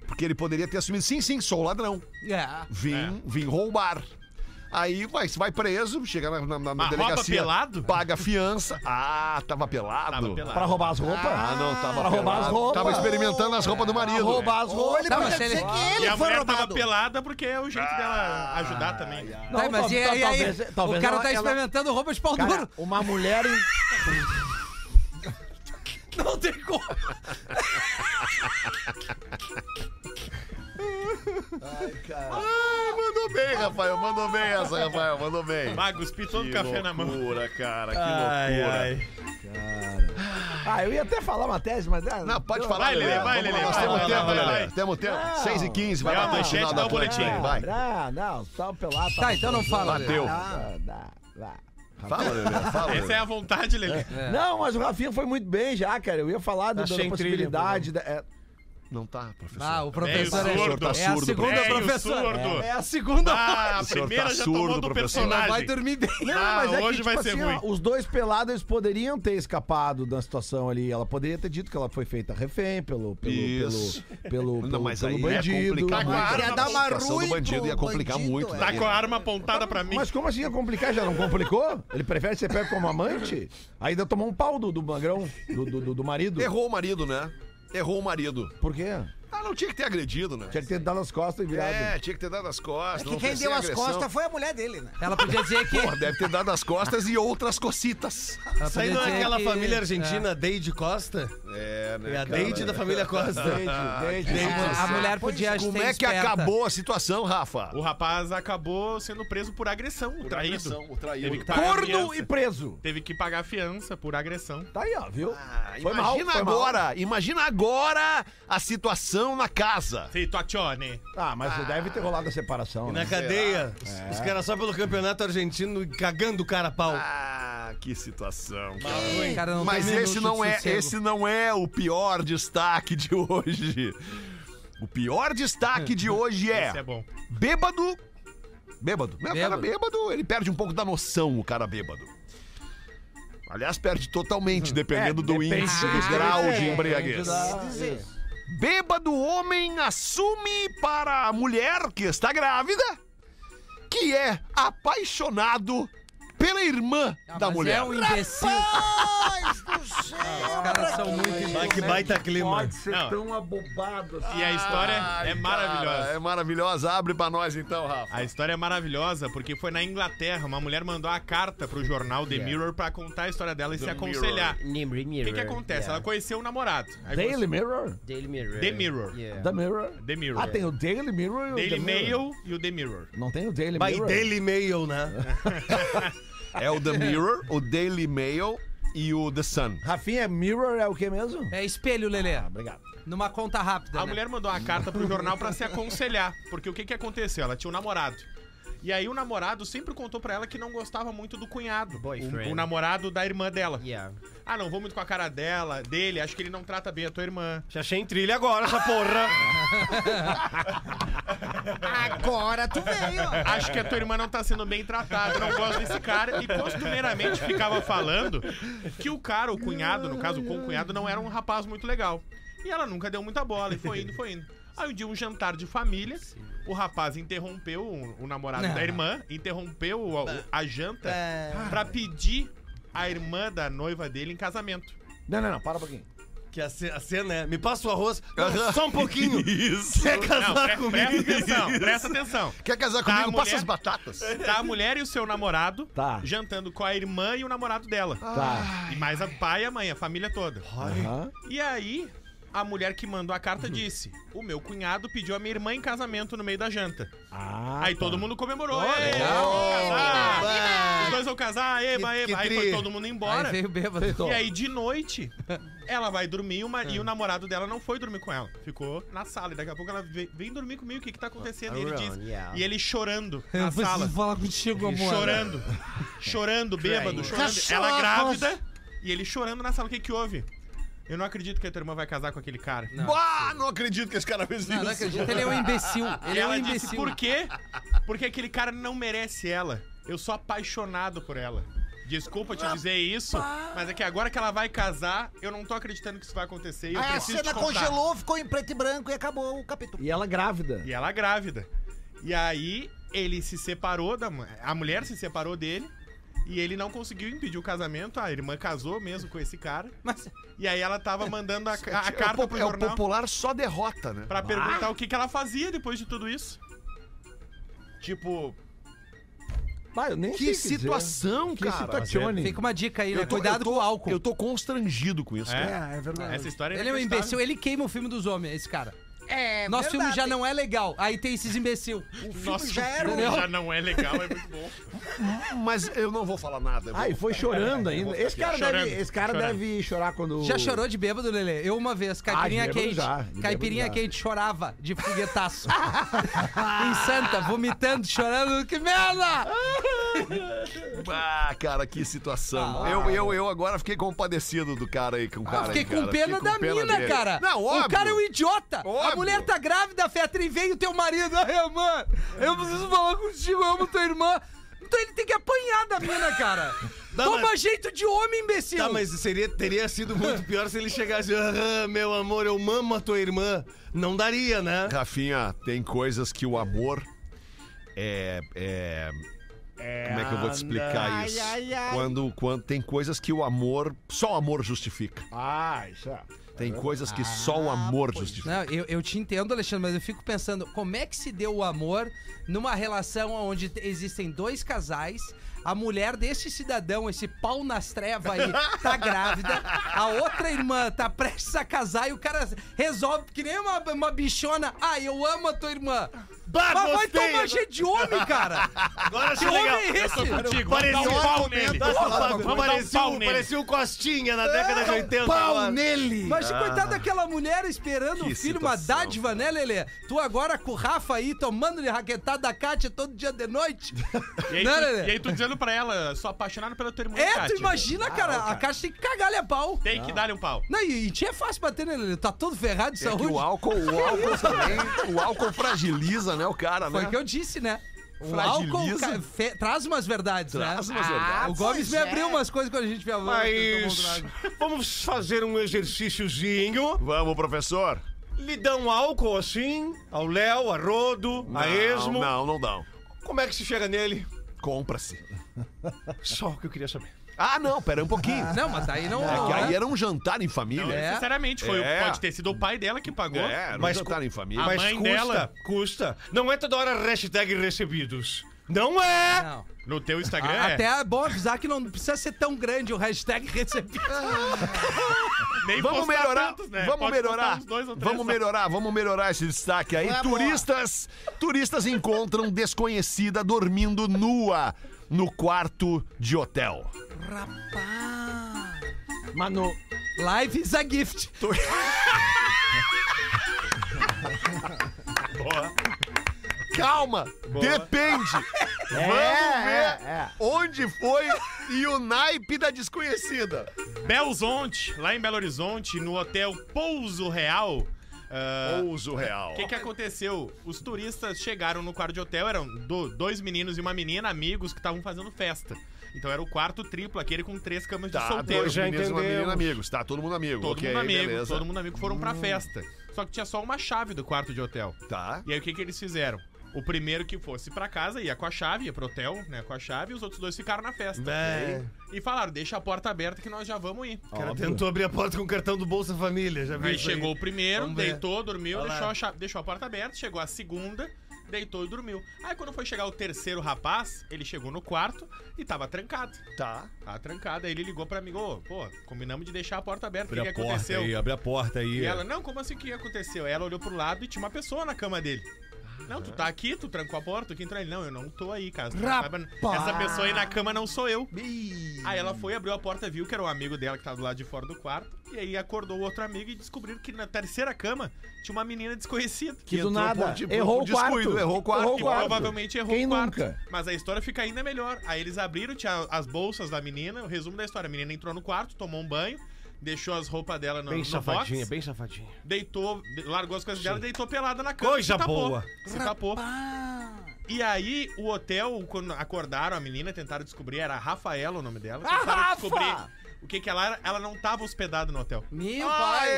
[SPEAKER 3] porque ele poderia ter assumido, sim, sim, sou ladrão.
[SPEAKER 4] É.
[SPEAKER 3] Vim, vim roubar. Aí vai, vai preso, chega na, na- na
[SPEAKER 6] Mas rouba
[SPEAKER 3] delegacia.
[SPEAKER 6] pelado?
[SPEAKER 3] Paga fiança. Ah, tava pelado.
[SPEAKER 6] Tava pelado.
[SPEAKER 7] Pra roubar as roupas?
[SPEAKER 3] Ah, não, tava
[SPEAKER 7] Pra roubar as
[SPEAKER 3] pelado.
[SPEAKER 7] roupas.
[SPEAKER 3] Tava experimentando as roupas do marido.
[SPEAKER 7] roubar as
[SPEAKER 9] Ou
[SPEAKER 7] roupas.
[SPEAKER 9] ele
[SPEAKER 4] Tá,
[SPEAKER 9] pode
[SPEAKER 4] mas
[SPEAKER 9] dizer
[SPEAKER 4] ele-
[SPEAKER 3] Ah.
[SPEAKER 9] que
[SPEAKER 6] E
[SPEAKER 9] ele
[SPEAKER 6] a
[SPEAKER 9] foi
[SPEAKER 6] mulher
[SPEAKER 9] roubado.
[SPEAKER 6] tava pelada porque é o jeito dela ajudar também.
[SPEAKER 7] Não,
[SPEAKER 4] Tá, mas
[SPEAKER 7] tal-
[SPEAKER 4] e aí,
[SPEAKER 7] tal-
[SPEAKER 4] aí?
[SPEAKER 7] talvez- talvez
[SPEAKER 4] o cara
[SPEAKER 7] ela-
[SPEAKER 4] tá
[SPEAKER 7] ela-
[SPEAKER 4] experimentando roupa de pau
[SPEAKER 7] Cara,
[SPEAKER 4] duro.
[SPEAKER 7] uma mulher em-
[SPEAKER 4] Não tem como.
[SPEAKER 3] Ah, mandou bem, Rafael. Mandou bem essa, Rafael. Mandou bem.
[SPEAKER 6] Vai, cuspi todo o café na mão.
[SPEAKER 3] loucura, cara. Que
[SPEAKER 6] Ai,
[SPEAKER 3] loucura.
[SPEAKER 6] ai.
[SPEAKER 7] Ah, eu ia até falar uma tese, mas. ah,
[SPEAKER 3] Não, pode
[SPEAKER 7] deu-
[SPEAKER 3] falar,
[SPEAKER 6] Vai, Lelê,
[SPEAKER 3] Lelê.
[SPEAKER 6] vai,
[SPEAKER 3] Vamos lá,
[SPEAKER 6] Lelê,
[SPEAKER 3] Nós
[SPEAKER 6] vai,
[SPEAKER 3] temos
[SPEAKER 6] vai,
[SPEAKER 3] tempo,
[SPEAKER 6] vai,
[SPEAKER 3] Lelê.
[SPEAKER 6] vai.
[SPEAKER 3] Temos tempo.
[SPEAKER 7] Não.
[SPEAKER 3] 6h15, vai
[SPEAKER 6] Dá
[SPEAKER 3] lá
[SPEAKER 6] uma
[SPEAKER 3] pro
[SPEAKER 6] manchete,
[SPEAKER 3] final
[SPEAKER 6] dá
[SPEAKER 3] da
[SPEAKER 6] um boletim.
[SPEAKER 3] Atlântida. Vai.
[SPEAKER 7] Ah, não, só pelado.
[SPEAKER 4] Tá, então não fala. Lele.
[SPEAKER 3] Bateu.
[SPEAKER 7] Ah, dá, dá.
[SPEAKER 3] Fala, Lelê. Fala,
[SPEAKER 6] Essa é
[SPEAKER 3] Lelê.
[SPEAKER 6] a vontade, Lelê.
[SPEAKER 7] Não, mas o Rafinha foi muito bem já, cara. Eu ia
[SPEAKER 6] Tá
[SPEAKER 7] falar do, da
[SPEAKER 9] Achei
[SPEAKER 7] possibilidade. da- é,
[SPEAKER 3] Não tá, professor.
[SPEAKER 4] Ah, o
[SPEAKER 6] Meio
[SPEAKER 4] professor é,
[SPEAKER 6] surdo.
[SPEAKER 3] tá
[SPEAKER 4] é a
[SPEAKER 3] surdo,
[SPEAKER 4] segunda,
[SPEAKER 6] Meio
[SPEAKER 4] professor.
[SPEAKER 6] surdo.
[SPEAKER 4] É a segunda.
[SPEAKER 6] Ah, a
[SPEAKER 3] O senhor
[SPEAKER 6] primeira
[SPEAKER 3] tá
[SPEAKER 6] já
[SPEAKER 3] surdo,
[SPEAKER 6] tomou do
[SPEAKER 3] professor.
[SPEAKER 6] personagem.
[SPEAKER 4] É. Vai dormir bem.
[SPEAKER 7] Não,
[SPEAKER 6] Ah,
[SPEAKER 7] mas é
[SPEAKER 6] hoje
[SPEAKER 7] que,
[SPEAKER 6] vai
[SPEAKER 7] tipo
[SPEAKER 6] ser
[SPEAKER 7] assim, ó,
[SPEAKER 6] ruim.
[SPEAKER 7] os dois pelados eles poderiam ter escapado da situação ali. Ela poderia ter dito que ela foi feita refém pelo pelo
[SPEAKER 3] Isso.
[SPEAKER 7] pelo pelo,
[SPEAKER 3] Não,
[SPEAKER 7] pelo-
[SPEAKER 3] mas
[SPEAKER 7] pelo
[SPEAKER 3] aí é
[SPEAKER 6] é
[SPEAKER 3] ia
[SPEAKER 7] bandido.
[SPEAKER 3] complicar
[SPEAKER 6] muito.
[SPEAKER 7] mas,
[SPEAKER 9] Ia dar uma
[SPEAKER 3] tá A situação
[SPEAKER 9] ruim
[SPEAKER 3] do bandido
[SPEAKER 9] pro
[SPEAKER 3] ia complicar
[SPEAKER 9] bandido,
[SPEAKER 3] muito.
[SPEAKER 9] é.
[SPEAKER 3] né?
[SPEAKER 6] Tá com a arma apontada pra mim.
[SPEAKER 7] mas como assim ia complicar? Já não complicou? Ele prefere ser pego como amante? Ainda tomou um pau do, do magrão, do, do, do- do marido.
[SPEAKER 3] Errou o marido, né? Errou o marido.
[SPEAKER 7] Por quê?
[SPEAKER 3] Ah, não tinha que ter agredido, né?
[SPEAKER 7] Tinha que ter dado as costas e virado.
[SPEAKER 3] É, tinha que ter dado as costas.
[SPEAKER 9] Que
[SPEAKER 3] não
[SPEAKER 9] quem
[SPEAKER 3] foi
[SPEAKER 9] deu
[SPEAKER 3] sem
[SPEAKER 9] as
[SPEAKER 3] agressão.
[SPEAKER 9] costas foi a mulher dele, né?
[SPEAKER 4] Ela podia dizer que.
[SPEAKER 3] Porra, deve ter dado as costas e outras cocitas.
[SPEAKER 4] ela
[SPEAKER 10] Isso aí
[SPEAKER 4] podia
[SPEAKER 10] não é
[SPEAKER 4] dizer
[SPEAKER 10] aquela
[SPEAKER 4] que-
[SPEAKER 10] família
[SPEAKER 4] É.
[SPEAKER 10] argentina, Deide Costa?
[SPEAKER 3] É, né?
[SPEAKER 10] É a
[SPEAKER 3] cara?
[SPEAKER 10] Deide da família Costa.
[SPEAKER 7] Deide, deide.
[SPEAKER 4] É, A, a mulher podia
[SPEAKER 3] Como
[SPEAKER 4] ser
[SPEAKER 3] é que
[SPEAKER 4] esperta.
[SPEAKER 3] acabou a situação, Rafa?
[SPEAKER 6] O rapaz acabou sendo preso por agressão,
[SPEAKER 3] Por
[SPEAKER 6] traído.
[SPEAKER 3] agressão, o
[SPEAKER 6] Teve
[SPEAKER 3] traído. tá-
[SPEAKER 6] que pagar
[SPEAKER 7] Corno
[SPEAKER 6] fiança.
[SPEAKER 7] e preso.
[SPEAKER 6] Teve que pagar a fiança por agressão.
[SPEAKER 7] Tá aí, ó, viu?
[SPEAKER 3] Ah,
[SPEAKER 7] Foi mal,
[SPEAKER 3] imagina
[SPEAKER 7] foi mal.
[SPEAKER 3] agora, imagina agora a situação na casa.
[SPEAKER 6] Situazione.
[SPEAKER 7] Ah, mas deve ter rolado a separação.
[SPEAKER 10] Na
[SPEAKER 7] Né?
[SPEAKER 10] cadeia, os-
[SPEAKER 6] É.
[SPEAKER 10] os caras só pelo campeonato argentino cagando o cara a pau.
[SPEAKER 3] Ah, que situação. cara.
[SPEAKER 4] O cara não
[SPEAKER 3] Mas
[SPEAKER 4] tem
[SPEAKER 3] esse
[SPEAKER 4] minuto
[SPEAKER 3] não
[SPEAKER 4] de
[SPEAKER 3] é,
[SPEAKER 4] sossego.
[SPEAKER 3] esse não é o pior destaque de hoje. O pior destaque de hoje
[SPEAKER 6] Esse é
[SPEAKER 3] é
[SPEAKER 6] bom.
[SPEAKER 3] bêbado. Bêbado. né? O cara
[SPEAKER 4] Bêbado.
[SPEAKER 3] bêbado, ele perde um pouco da noção, o cara bêbado. Aliás, perde totalmente, dependendo do índice, do grau de embriaguez. Bêbado homem assume para a mulher que está grávida que é apaixonado pela irmã
[SPEAKER 4] Ah,
[SPEAKER 3] da
[SPEAKER 4] mas
[SPEAKER 3] mulher.
[SPEAKER 4] É um imbecil.
[SPEAKER 8] Paz do céu!
[SPEAKER 4] Cara, são muito
[SPEAKER 9] Vai que baita clima.
[SPEAKER 5] Pode ser
[SPEAKER 6] Não.
[SPEAKER 5] tão abobado assim.
[SPEAKER 6] E a história
[SPEAKER 3] Ai,
[SPEAKER 6] é
[SPEAKER 3] Ah, cara,
[SPEAKER 6] maravilhosa.
[SPEAKER 3] é maravilhosa. Abre pra nós então, Rafa.
[SPEAKER 6] A história é maravilhosa porque foi na Inglaterra. Uma mulher mandou a carta pro jornal
[SPEAKER 3] é?
[SPEAKER 6] The Mirror pra contar a história dela e se aconselhar. O que, que acontece? Ela conheceu o namorado. Aí
[SPEAKER 5] Ah, Daily
[SPEAKER 6] conheceu-
[SPEAKER 5] Mirror?
[SPEAKER 9] Daily Mirror.
[SPEAKER 6] The Mirror.
[SPEAKER 9] Yeah.
[SPEAKER 5] Da Mirror?
[SPEAKER 6] The Mirror.
[SPEAKER 5] Ah, tem o Daily Mirror e o
[SPEAKER 6] Daily
[SPEAKER 5] The Mirror.
[SPEAKER 6] Mail e o The Mirror.
[SPEAKER 5] Não tem o Daily
[SPEAKER 9] By
[SPEAKER 5] Mirror.
[SPEAKER 9] Daily Mail, né?
[SPEAKER 3] É o The Mirror, o Daily Mail e o The Sun.
[SPEAKER 5] Rafinha, Mirror é o que mesmo?
[SPEAKER 4] É espelho, Lelê.
[SPEAKER 5] Obrigado.
[SPEAKER 4] Numa conta rápida.
[SPEAKER 6] A
[SPEAKER 4] né?
[SPEAKER 6] mulher mandou a carta pro jornal pra se aconselhar, porque o que que aconteceu? Ela tinha um namorado. E aí o namorado sempre contou pra ela que não gostava muito do cunhado,
[SPEAKER 9] Boyfriend.
[SPEAKER 6] o, o namorado da irmã dela.
[SPEAKER 9] Yeah.
[SPEAKER 6] Ah, não vou muito com a cara dela, dele, acho que ele não trata bem a tua irmã.
[SPEAKER 9] Já achei em trilha agora, essa (laughs) porra.
[SPEAKER 8] Agora tu
[SPEAKER 4] (laughs)
[SPEAKER 8] veio!
[SPEAKER 6] Acho que a tua irmã não tá sendo bem tratada, não gosto desse cara. E costumeiramente ficava falando que o cara, o cunhado, no caso, o concunhado, não era um rapaz muito legal. E ela nunca deu muita bola, e foi indo, foi indo. Aí um dia um jantar de família, o rapaz interrompeu, o- o namorado da irmã, interrompeu o- o- a janta pra pedir a irmã da noiva dele em casamento.
[SPEAKER 5] Não, não, não, para um pouquinho.
[SPEAKER 9] Que a ce- a cena é. Me passa o arroz. Não, só um pouquinho.
[SPEAKER 3] Isso.
[SPEAKER 9] Quer
[SPEAKER 6] Não,
[SPEAKER 9] casar
[SPEAKER 6] pre-
[SPEAKER 9] comigo?
[SPEAKER 6] presta atenção, presta atenção.
[SPEAKER 3] Quer casar
[SPEAKER 6] Tá,
[SPEAKER 3] comigo?
[SPEAKER 6] mulher?
[SPEAKER 3] Passa as batatas.
[SPEAKER 6] Tá a mulher e o seu namorado
[SPEAKER 5] Tá.
[SPEAKER 6] jantando com a irmã e o namorado dela.
[SPEAKER 5] Tá.
[SPEAKER 6] E mais a pai, a mãe, a família toda.
[SPEAKER 5] Aham.
[SPEAKER 6] E aí, a mulher que mandou a carta disse: O meu cunhado pediu a minha irmã em casamento no meio da janta.
[SPEAKER 5] Ah,
[SPEAKER 6] aí
[SPEAKER 5] tá.
[SPEAKER 6] todo mundo comemorou. "Ê, vão casar, Os dois vão casar, eba,
[SPEAKER 9] Que-
[SPEAKER 6] eba.
[SPEAKER 9] que
[SPEAKER 6] Aí
[SPEAKER 9] tri.
[SPEAKER 6] foi todo mundo embora.
[SPEAKER 4] Aí veio bêbado.
[SPEAKER 6] E aí, de noite, ela vai dormir e o ma- e o namorado dela não foi dormir com ela. Ficou na sala. E daqui a pouco ela vem, vem dormir comigo, o que, que tá acontecendo? E ele diz.
[SPEAKER 9] yeah.
[SPEAKER 6] E ele chorando
[SPEAKER 4] Eu
[SPEAKER 6] na
[SPEAKER 4] preciso
[SPEAKER 6] sala.
[SPEAKER 4] falar contigo, amor.
[SPEAKER 6] Chorando. Chorando, bêbado, chorando. Ela grávida e ele chorando na sala. O que que houve? Eu não acredito que a tua irmã vai casar com aquele cara.
[SPEAKER 3] Ah, não acredito que esse cara fez isso.
[SPEAKER 4] Não, não acredito. Ele é um imbecil.
[SPEAKER 6] E
[SPEAKER 4] Ele é um
[SPEAKER 6] ela disse,
[SPEAKER 4] imbecil.
[SPEAKER 6] por quê? Porque aquele cara não merece ela. Eu sou apaixonado por ela. Desculpa te dizer isso, mas é que agora que ela vai casar, eu não tô acreditando que isso vai acontecer.
[SPEAKER 7] Ah,
[SPEAKER 6] e Eu
[SPEAKER 8] Aí a
[SPEAKER 6] preciso
[SPEAKER 8] cena
[SPEAKER 6] te contar.
[SPEAKER 8] congelou, ficou em preto e branco e acabou o capítulo.
[SPEAKER 5] E ela é grávida.
[SPEAKER 6] E ela é grávida. E aí ele se separou da mu- a mulher se separou dele e ele não conseguiu impedir o casamento. A irmã casou mesmo com esse cara.
[SPEAKER 4] Mas
[SPEAKER 6] E aí ela tava mandando a, a
[SPEAKER 3] (laughs) É o,
[SPEAKER 6] carta
[SPEAKER 3] po-
[SPEAKER 6] pro
[SPEAKER 3] é o
[SPEAKER 6] jornal
[SPEAKER 3] popular só derrota, né?
[SPEAKER 6] pra perguntar o que, que ela fazia depois de tudo isso. Tipo,
[SPEAKER 5] Bah, eu nem
[SPEAKER 3] Que
[SPEAKER 5] sei o dizer.
[SPEAKER 3] situação,
[SPEAKER 5] Que
[SPEAKER 3] cara.
[SPEAKER 5] situação.
[SPEAKER 4] fica uma dica aí, né?
[SPEAKER 3] Eu tô-
[SPEAKER 4] Cuidado
[SPEAKER 3] eu tô-
[SPEAKER 4] com o álcool.
[SPEAKER 3] Eu tô constrangido com isso.
[SPEAKER 6] É?
[SPEAKER 3] cara.
[SPEAKER 5] É, é verdade.
[SPEAKER 6] essa história
[SPEAKER 4] Ele é um
[SPEAKER 6] inacreditável.
[SPEAKER 4] imbecil. Ele queima o filme dos homens, esse cara.
[SPEAKER 8] É,
[SPEAKER 4] Nosso
[SPEAKER 8] verdade.
[SPEAKER 4] filme já não é legal. Aí tem esses imbecil.
[SPEAKER 6] Nosso
[SPEAKER 8] já era
[SPEAKER 6] filme
[SPEAKER 8] um-
[SPEAKER 6] já não é legal, é muito
[SPEAKER 3] (laughs)
[SPEAKER 6] bom.
[SPEAKER 3] Mas eu não vou falar nada. eu vou-
[SPEAKER 5] Ah, e foi chorando ainda. Esse cara,
[SPEAKER 6] Chorando,
[SPEAKER 5] deve, esse cara
[SPEAKER 6] chorando.
[SPEAKER 5] deve chorar quando.
[SPEAKER 4] Já chorou de bêbado, Lelê? Eu uma vez, caipirinha
[SPEAKER 5] Ah, de bêbado
[SPEAKER 4] quente.
[SPEAKER 5] já, de bêbado
[SPEAKER 4] caipirinha
[SPEAKER 5] já.
[SPEAKER 4] quente chorava de foguetaço. em Santa, vomitando, chorando. Que merda!
[SPEAKER 3] Ah, cara, que situação. eu, eu, eu agora fiquei compadecido do cara aí, com o cara
[SPEAKER 4] Eu Ah. fiquei
[SPEAKER 3] aí, cara.
[SPEAKER 4] com pena
[SPEAKER 3] Fiquei
[SPEAKER 4] da
[SPEAKER 3] com pena
[SPEAKER 4] mina,
[SPEAKER 3] dele.
[SPEAKER 4] cara.
[SPEAKER 3] Não, óbvio.
[SPEAKER 4] O cara é um idiota. A
[SPEAKER 3] Óbvio.
[SPEAKER 4] mulher tá grávida, Fetri, vem o teu marido. Ai, mãe, eu preciso falar contigo, eu amo tua irmã. Então ele tem que apanhar da mina, cara.
[SPEAKER 9] Dá,
[SPEAKER 4] Toma
[SPEAKER 9] mas-
[SPEAKER 4] jeito de homem, imbecil.
[SPEAKER 9] Tá, mas seria, teria sido muito pior se ele chegasse. "Ah, meu amor, eu mamo a tua irmã. Não daria, né?
[SPEAKER 3] Rafinha, tem coisas que o amor é. é- Como é que eu vou te explicar
[SPEAKER 8] Ai,
[SPEAKER 3] isso?
[SPEAKER 8] ai, ai.
[SPEAKER 3] Quando, quando tem coisas que o amor. Só o amor justifica.
[SPEAKER 5] Ah, isso é.
[SPEAKER 3] Tem coisas que só
[SPEAKER 8] Ah,
[SPEAKER 3] o amor justifica.
[SPEAKER 4] Não, eu, eu te entendo, Alexandre, mas eu fico pensando como é que se deu o amor numa relação onde t- existem dois casais, a mulher desse cidadão, esse pau nas trevas aí,
[SPEAKER 9] (laughs)
[SPEAKER 4] tá grávida, a outra irmã tá prestes a casar e o cara resolve que nem uma, uma bichona, ah, eu amo a tua irmã.
[SPEAKER 9] Bah,
[SPEAKER 4] Mas vai
[SPEAKER 9] gostei.
[SPEAKER 4] tomar jeito de homem, cara!
[SPEAKER 9] Agora
[SPEAKER 4] Que
[SPEAKER 9] achei
[SPEAKER 4] homem
[SPEAKER 9] legal.
[SPEAKER 4] é esse?
[SPEAKER 6] Contigo, vou
[SPEAKER 9] Parecia
[SPEAKER 6] dar um pau
[SPEAKER 9] um
[SPEAKER 6] nele. Parecia um-
[SPEAKER 9] parecia,
[SPEAKER 6] parecia
[SPEAKER 9] um Costinha na década de 80. um Pau nele.
[SPEAKER 4] Mas coitada daquela mulher esperando o filho, uma dádiva, né, Lelê? Tu agora com o Rafa aí, tomando-lhe raquetada da Kátia todo dia de noite.
[SPEAKER 6] E aí,
[SPEAKER 4] Não,
[SPEAKER 6] tu,
[SPEAKER 4] Lelê?
[SPEAKER 6] e aí tu dizendo pra ela, sou apaixonado pela tua irmã.
[SPEAKER 4] É, tu
[SPEAKER 6] Kátia.
[SPEAKER 4] imagina, cara, a Kátia tem que cagar-lhe a pau.
[SPEAKER 6] Tem
[SPEAKER 3] Ah.
[SPEAKER 6] que dar-lhe um pau.
[SPEAKER 4] Não, e, e tia é fácil bater, né, Lelê? Tá todo ferrado de
[SPEAKER 3] É que
[SPEAKER 4] saúde.
[SPEAKER 3] o álcool, o álcool também. O álcool fragiliza, né, o cara, né?
[SPEAKER 4] Foi o que eu disse, né? O
[SPEAKER 3] Fragiliza.
[SPEAKER 4] álcool ca- fe- traz umas verdades,
[SPEAKER 3] Traz
[SPEAKER 4] né?
[SPEAKER 3] umas verdades.
[SPEAKER 4] O Gomes
[SPEAKER 8] Pois
[SPEAKER 4] me
[SPEAKER 8] é.
[SPEAKER 4] abriu umas coisas quando a gente viajou.
[SPEAKER 9] Mas vamos fazer um exercíciozinho.
[SPEAKER 3] Vamos, professor.
[SPEAKER 9] Lhe dão um álcool assim, ao Léo, a Rodo, a
[SPEAKER 3] Não,
[SPEAKER 9] Esmo.
[SPEAKER 3] Não, não dão.
[SPEAKER 9] Como é que se chega nele?
[SPEAKER 3] Compra-se.
[SPEAKER 6] Só o que eu queria saber.
[SPEAKER 3] Ah, não, pera um pouquinho.
[SPEAKER 4] Não, mas daí não.
[SPEAKER 3] É que
[SPEAKER 4] não,
[SPEAKER 3] aí
[SPEAKER 4] né?
[SPEAKER 3] era um jantar em
[SPEAKER 6] Não,
[SPEAKER 3] família.
[SPEAKER 4] É.
[SPEAKER 6] Sinceramente, foi,
[SPEAKER 3] É.
[SPEAKER 6] pode ter sido o pai dela que pagou.
[SPEAKER 3] É, era um
[SPEAKER 9] Mas
[SPEAKER 3] jantar
[SPEAKER 9] co-
[SPEAKER 3] em família.
[SPEAKER 6] A mãe
[SPEAKER 9] custa,
[SPEAKER 6] dela-
[SPEAKER 9] custa. Não é toda hora hashtag recebidos. Não é!
[SPEAKER 4] Não.
[SPEAKER 6] No teu
[SPEAKER 4] A-
[SPEAKER 6] Instagram é.
[SPEAKER 4] Até é bom avisar que não precisa ser tão grande o hashtag (laughs) recebido.
[SPEAKER 6] Nem
[SPEAKER 3] Vamos
[SPEAKER 6] postar
[SPEAKER 3] melhorar,
[SPEAKER 6] tantos, né?
[SPEAKER 3] vamos
[SPEAKER 6] Pode
[SPEAKER 3] melhorar,
[SPEAKER 6] postar uns dois ou três
[SPEAKER 3] vamos
[SPEAKER 6] só.
[SPEAKER 3] melhorar, vamos melhorar esse destaque aí. turistas, turistas encontram desconhecida dormindo nua no quarto de hotel.
[SPEAKER 5] Mano,
[SPEAKER 4] Life is a gift.
[SPEAKER 3] Calma,
[SPEAKER 6] (laughs)
[SPEAKER 3] depende.
[SPEAKER 6] É,
[SPEAKER 3] vamos ver onde foi e o naipe da desconhecida.
[SPEAKER 6] Belzonte, lá em Belo Horizonte, no hotel Pouso Real. ah,
[SPEAKER 3] Ouso real.
[SPEAKER 6] O que, que aconteceu? Os turistas chegaram no quarto de hotel, eram do- dois meninos e uma menina, amigos, que estavam fazendo festa. Então era o quarto triplo, aquele com três camas de
[SPEAKER 3] Tá,
[SPEAKER 6] solteiro.
[SPEAKER 3] dois
[SPEAKER 9] já
[SPEAKER 3] meninos e uma
[SPEAKER 9] entendemos.
[SPEAKER 3] menina amigos. Tá, todo mundo amigo.
[SPEAKER 6] Todo
[SPEAKER 3] ok,
[SPEAKER 6] mundo amigo,
[SPEAKER 3] beleza. Hum.
[SPEAKER 6] todo mundo amigo foram pra festa. Só que tinha só uma chave do quarto de hotel.
[SPEAKER 3] Tá.
[SPEAKER 6] E aí o que, que eles fizeram? O primeiro que fosse pra casa ia com a chave, ia pro hotel, né, com a chave, e os outros dois ficaram na festa. E falaram, deixa a porta aberta que nós já vamos ir.
[SPEAKER 9] O cara tentou abrir a porta com o cartão do Bolsa Família, já viu?
[SPEAKER 6] Aí
[SPEAKER 9] isso aí?
[SPEAKER 6] chegou o primeiro,
[SPEAKER 9] Vamos ver.
[SPEAKER 6] deitou, dormiu,
[SPEAKER 9] Olha lá.
[SPEAKER 6] deixou a, cha- deixou a porta aberta, chegou a segunda, deitou e dormiu. Aí quando foi chegar o terceiro rapaz, ele chegou no quarto e tava trancado.
[SPEAKER 3] Tá.
[SPEAKER 6] Tava trancado. Aí ele ligou pra amigo, ô, pô, combinamos de deixar a porta aberta. O que,
[SPEAKER 11] Abre
[SPEAKER 6] que
[SPEAKER 11] a porta
[SPEAKER 6] aconteceu?
[SPEAKER 11] aí, abre a porta aí.
[SPEAKER 6] E ela, não, como assim o que aconteceu? Ela olhou pro lado e tinha uma pessoa na cama dele.
[SPEAKER 11] Ah.
[SPEAKER 6] Não, tu tá aqui, tu trancou a porta, tu que entrou ele. Não, eu não tô aí, cara. Tu não sabe, Essa pessoa aí na cama não sou eu. Aí ela foi, abriu a porta, viu que era um amigo dela que tava do lado de fora do quarto. E aí acordou o outro amigo e descobriram que na terceira cama tinha uma menina desconhecida.
[SPEAKER 5] que do
[SPEAKER 3] entrou
[SPEAKER 5] nada.
[SPEAKER 3] por de-
[SPEAKER 5] errou
[SPEAKER 3] por
[SPEAKER 5] o quarto.
[SPEAKER 3] descuido, errou o quarto.
[SPEAKER 6] Que provavelmente errou
[SPEAKER 5] Quem
[SPEAKER 6] o quarto.
[SPEAKER 5] nunca?
[SPEAKER 6] Mas a história fica ainda melhor. Aí eles abriram, tinha as bolsas da menina. O resumo da história: a menina entrou no quarto, tomou um banho, deixou as roupas dela no,
[SPEAKER 9] Bem
[SPEAKER 6] no box
[SPEAKER 9] safadinha, bem safadinha.
[SPEAKER 6] deitou, de- largou as coisas dela e deitou pelada na cama.
[SPEAKER 9] Coisa
[SPEAKER 6] se tapou,
[SPEAKER 9] boa.
[SPEAKER 6] Se tapou. E aí, o hotel, quando acordaram a menina, tentaram descobrir, era a Rafaela o nome dela.
[SPEAKER 3] Ah,
[SPEAKER 6] Tentaram descobrir o que que ela era. Ela não tava hospedada no hotel.
[SPEAKER 4] Meu
[SPEAKER 3] Ah,
[SPEAKER 4] pai.
[SPEAKER 3] é.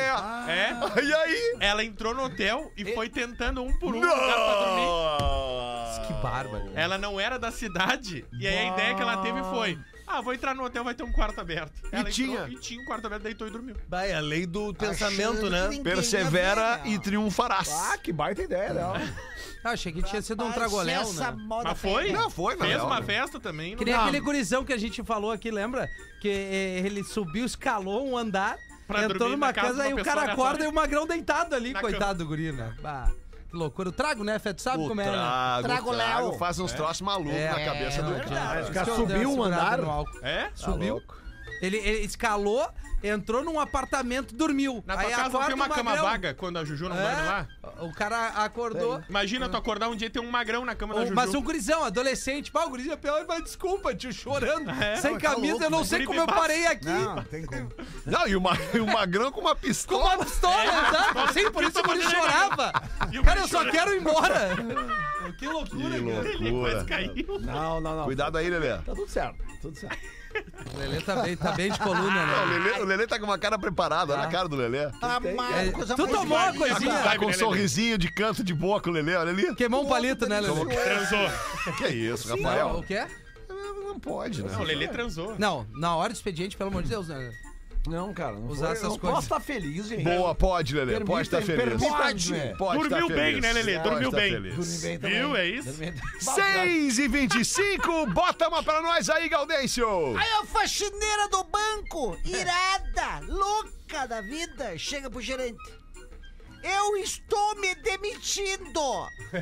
[SPEAKER 6] É,
[SPEAKER 3] E aí?
[SPEAKER 6] ela entrou no hotel e foi tentando um por um
[SPEAKER 3] Não!
[SPEAKER 6] lugar pra dormir.
[SPEAKER 4] Que bárbaro.
[SPEAKER 6] Ela não era da cidade. E aí, a ideia que ela teve foi... Ah, vou entrar no hotel, vai ter um quarto aberto. Ela
[SPEAKER 3] tinha.
[SPEAKER 6] Entrou, e tinha um quarto aberto, deitou e dormiu.
[SPEAKER 9] Vai, a lei do pensamento,
[SPEAKER 8] Achando
[SPEAKER 9] né?
[SPEAKER 8] que ninguém ia
[SPEAKER 3] Persevera
[SPEAKER 8] ver,
[SPEAKER 3] e
[SPEAKER 8] não.
[SPEAKER 3] triunfarás.
[SPEAKER 5] Ah, que baita ideia, né?
[SPEAKER 4] Ah, achei que tinha sido um
[SPEAKER 8] Rapaz,
[SPEAKER 4] tragoléu,
[SPEAKER 8] essa
[SPEAKER 4] né?
[SPEAKER 8] moda
[SPEAKER 6] Mas foi?
[SPEAKER 8] pega.
[SPEAKER 3] Não, foi, na
[SPEAKER 6] Fez
[SPEAKER 3] real,
[SPEAKER 6] uma
[SPEAKER 3] né?
[SPEAKER 6] festa também.
[SPEAKER 4] Que
[SPEAKER 6] Não...
[SPEAKER 4] nem
[SPEAKER 6] dá.
[SPEAKER 4] aquele gurizão que a gente falou aqui, lembra? Que eh, ele subiu, escalou um andar,
[SPEAKER 6] Pra
[SPEAKER 4] entrou
[SPEAKER 6] dormir
[SPEAKER 4] numa
[SPEAKER 6] na casa
[SPEAKER 4] casa,
[SPEAKER 6] de
[SPEAKER 4] aí
[SPEAKER 6] uma
[SPEAKER 4] o cara
[SPEAKER 6] pessoa
[SPEAKER 4] acorda
[SPEAKER 6] aleatória.
[SPEAKER 4] e o magrão deitado ali,
[SPEAKER 6] Na
[SPEAKER 4] coitado do guri, né? Bah, que loucura. O trago, né, Fé? Tu sabe
[SPEAKER 3] O
[SPEAKER 4] como é, né?
[SPEAKER 3] trago,
[SPEAKER 8] Trago
[SPEAKER 3] trago,
[SPEAKER 8] Léo.
[SPEAKER 3] faz uns troços malucos
[SPEAKER 4] É,
[SPEAKER 3] na cabeça do cara.
[SPEAKER 4] Por isso que eu
[SPEAKER 5] subiu
[SPEAKER 4] dei uma
[SPEAKER 5] um
[SPEAKER 4] segurada
[SPEAKER 5] andar?
[SPEAKER 4] no álcool.
[SPEAKER 6] É?
[SPEAKER 4] Subiu. ele, ele escalou, entrou num apartamento, dormiu.
[SPEAKER 6] Na tua casa não
[SPEAKER 4] acorda
[SPEAKER 6] tem uma
[SPEAKER 4] o
[SPEAKER 6] cama
[SPEAKER 4] magrão.
[SPEAKER 6] vaga quando a Juju não dorme lá?
[SPEAKER 4] É, o cara acordou.
[SPEAKER 6] Imagina tu acordar um dia e ter um magrão na cama da
[SPEAKER 4] Um-
[SPEAKER 6] Juju.
[SPEAKER 4] mas um gurizão, adolescente. Pá, o gurizão é pior, mas desculpa, tio, chorando.
[SPEAKER 6] É,
[SPEAKER 4] Sem camisa, eu não sei
[SPEAKER 6] tá né? Guri
[SPEAKER 4] como eu
[SPEAKER 6] bebaço.
[SPEAKER 4] parei aqui.
[SPEAKER 11] Não, não tem como.
[SPEAKER 3] Não, e o, ma- e o magrão com uma
[SPEAKER 4] Com
[SPEAKER 3] pistola.
[SPEAKER 4] uma pistola,
[SPEAKER 6] É.
[SPEAKER 4] exato. Sim, por isso o guri chorava.
[SPEAKER 6] E o
[SPEAKER 4] Cara,
[SPEAKER 6] guri
[SPEAKER 4] eu só
[SPEAKER 6] chorando.
[SPEAKER 4] quero ir
[SPEAKER 6] (laughs)
[SPEAKER 4] embora. Que loucura, cara.
[SPEAKER 6] Ele quase
[SPEAKER 3] Loucura.
[SPEAKER 6] caiu.
[SPEAKER 5] Não, não, não.
[SPEAKER 3] Cuidado aí, Lelê.
[SPEAKER 5] Tá tudo certo, tudo certo.
[SPEAKER 4] O Lelê tá bem, tá bem de coluna,
[SPEAKER 3] O
[SPEAKER 4] né?
[SPEAKER 3] Lelê, o Lelê tá com uma cara preparada, olha a cara do Lelê.
[SPEAKER 4] Tá.
[SPEAKER 5] Tá
[SPEAKER 8] Ah, Marcos,
[SPEAKER 4] É, tu
[SPEAKER 8] amor de
[SPEAKER 4] tomou uma
[SPEAKER 8] Deus.
[SPEAKER 4] coisinha.
[SPEAKER 3] Tá com um sorrisinho de canto de boca, o Lelê, olha ali.
[SPEAKER 4] Queimou um palito, né, Lelê?
[SPEAKER 6] Transou.
[SPEAKER 3] Que é isso,
[SPEAKER 4] Não,
[SPEAKER 3] Rafael?
[SPEAKER 4] o quê?
[SPEAKER 3] Não pode, né?
[SPEAKER 6] Não, o Lelê transou.
[SPEAKER 4] Não, na hora do expediente, pelo amor de Deus, né?
[SPEAKER 5] Não, cara, não
[SPEAKER 4] Usar
[SPEAKER 5] foi-
[SPEAKER 4] essas
[SPEAKER 5] eu não
[SPEAKER 4] coisas.
[SPEAKER 5] posso estar feliz, gente.
[SPEAKER 3] Boa, pode, Lelê. Pode estar
[SPEAKER 5] Permitem-
[SPEAKER 3] feliz.
[SPEAKER 5] permitam-me.
[SPEAKER 3] Pode tá
[SPEAKER 6] Dormiu bem,
[SPEAKER 3] feliz.
[SPEAKER 6] né, Lelê?
[SPEAKER 3] Pode
[SPEAKER 6] Dormiu
[SPEAKER 3] tá
[SPEAKER 6] bem.
[SPEAKER 3] feliz.
[SPEAKER 5] Dormi bem também.
[SPEAKER 6] Viu? É isso?
[SPEAKER 5] Dormi bem.
[SPEAKER 3] 6 e 25 bota uma pra nós aí, Gaudêncio!
[SPEAKER 8] Aí É a faxineira do banco, irada, (laughs) louca da vida, chega pro gerente. Eu estou me demitindo!
[SPEAKER 4] (laughs)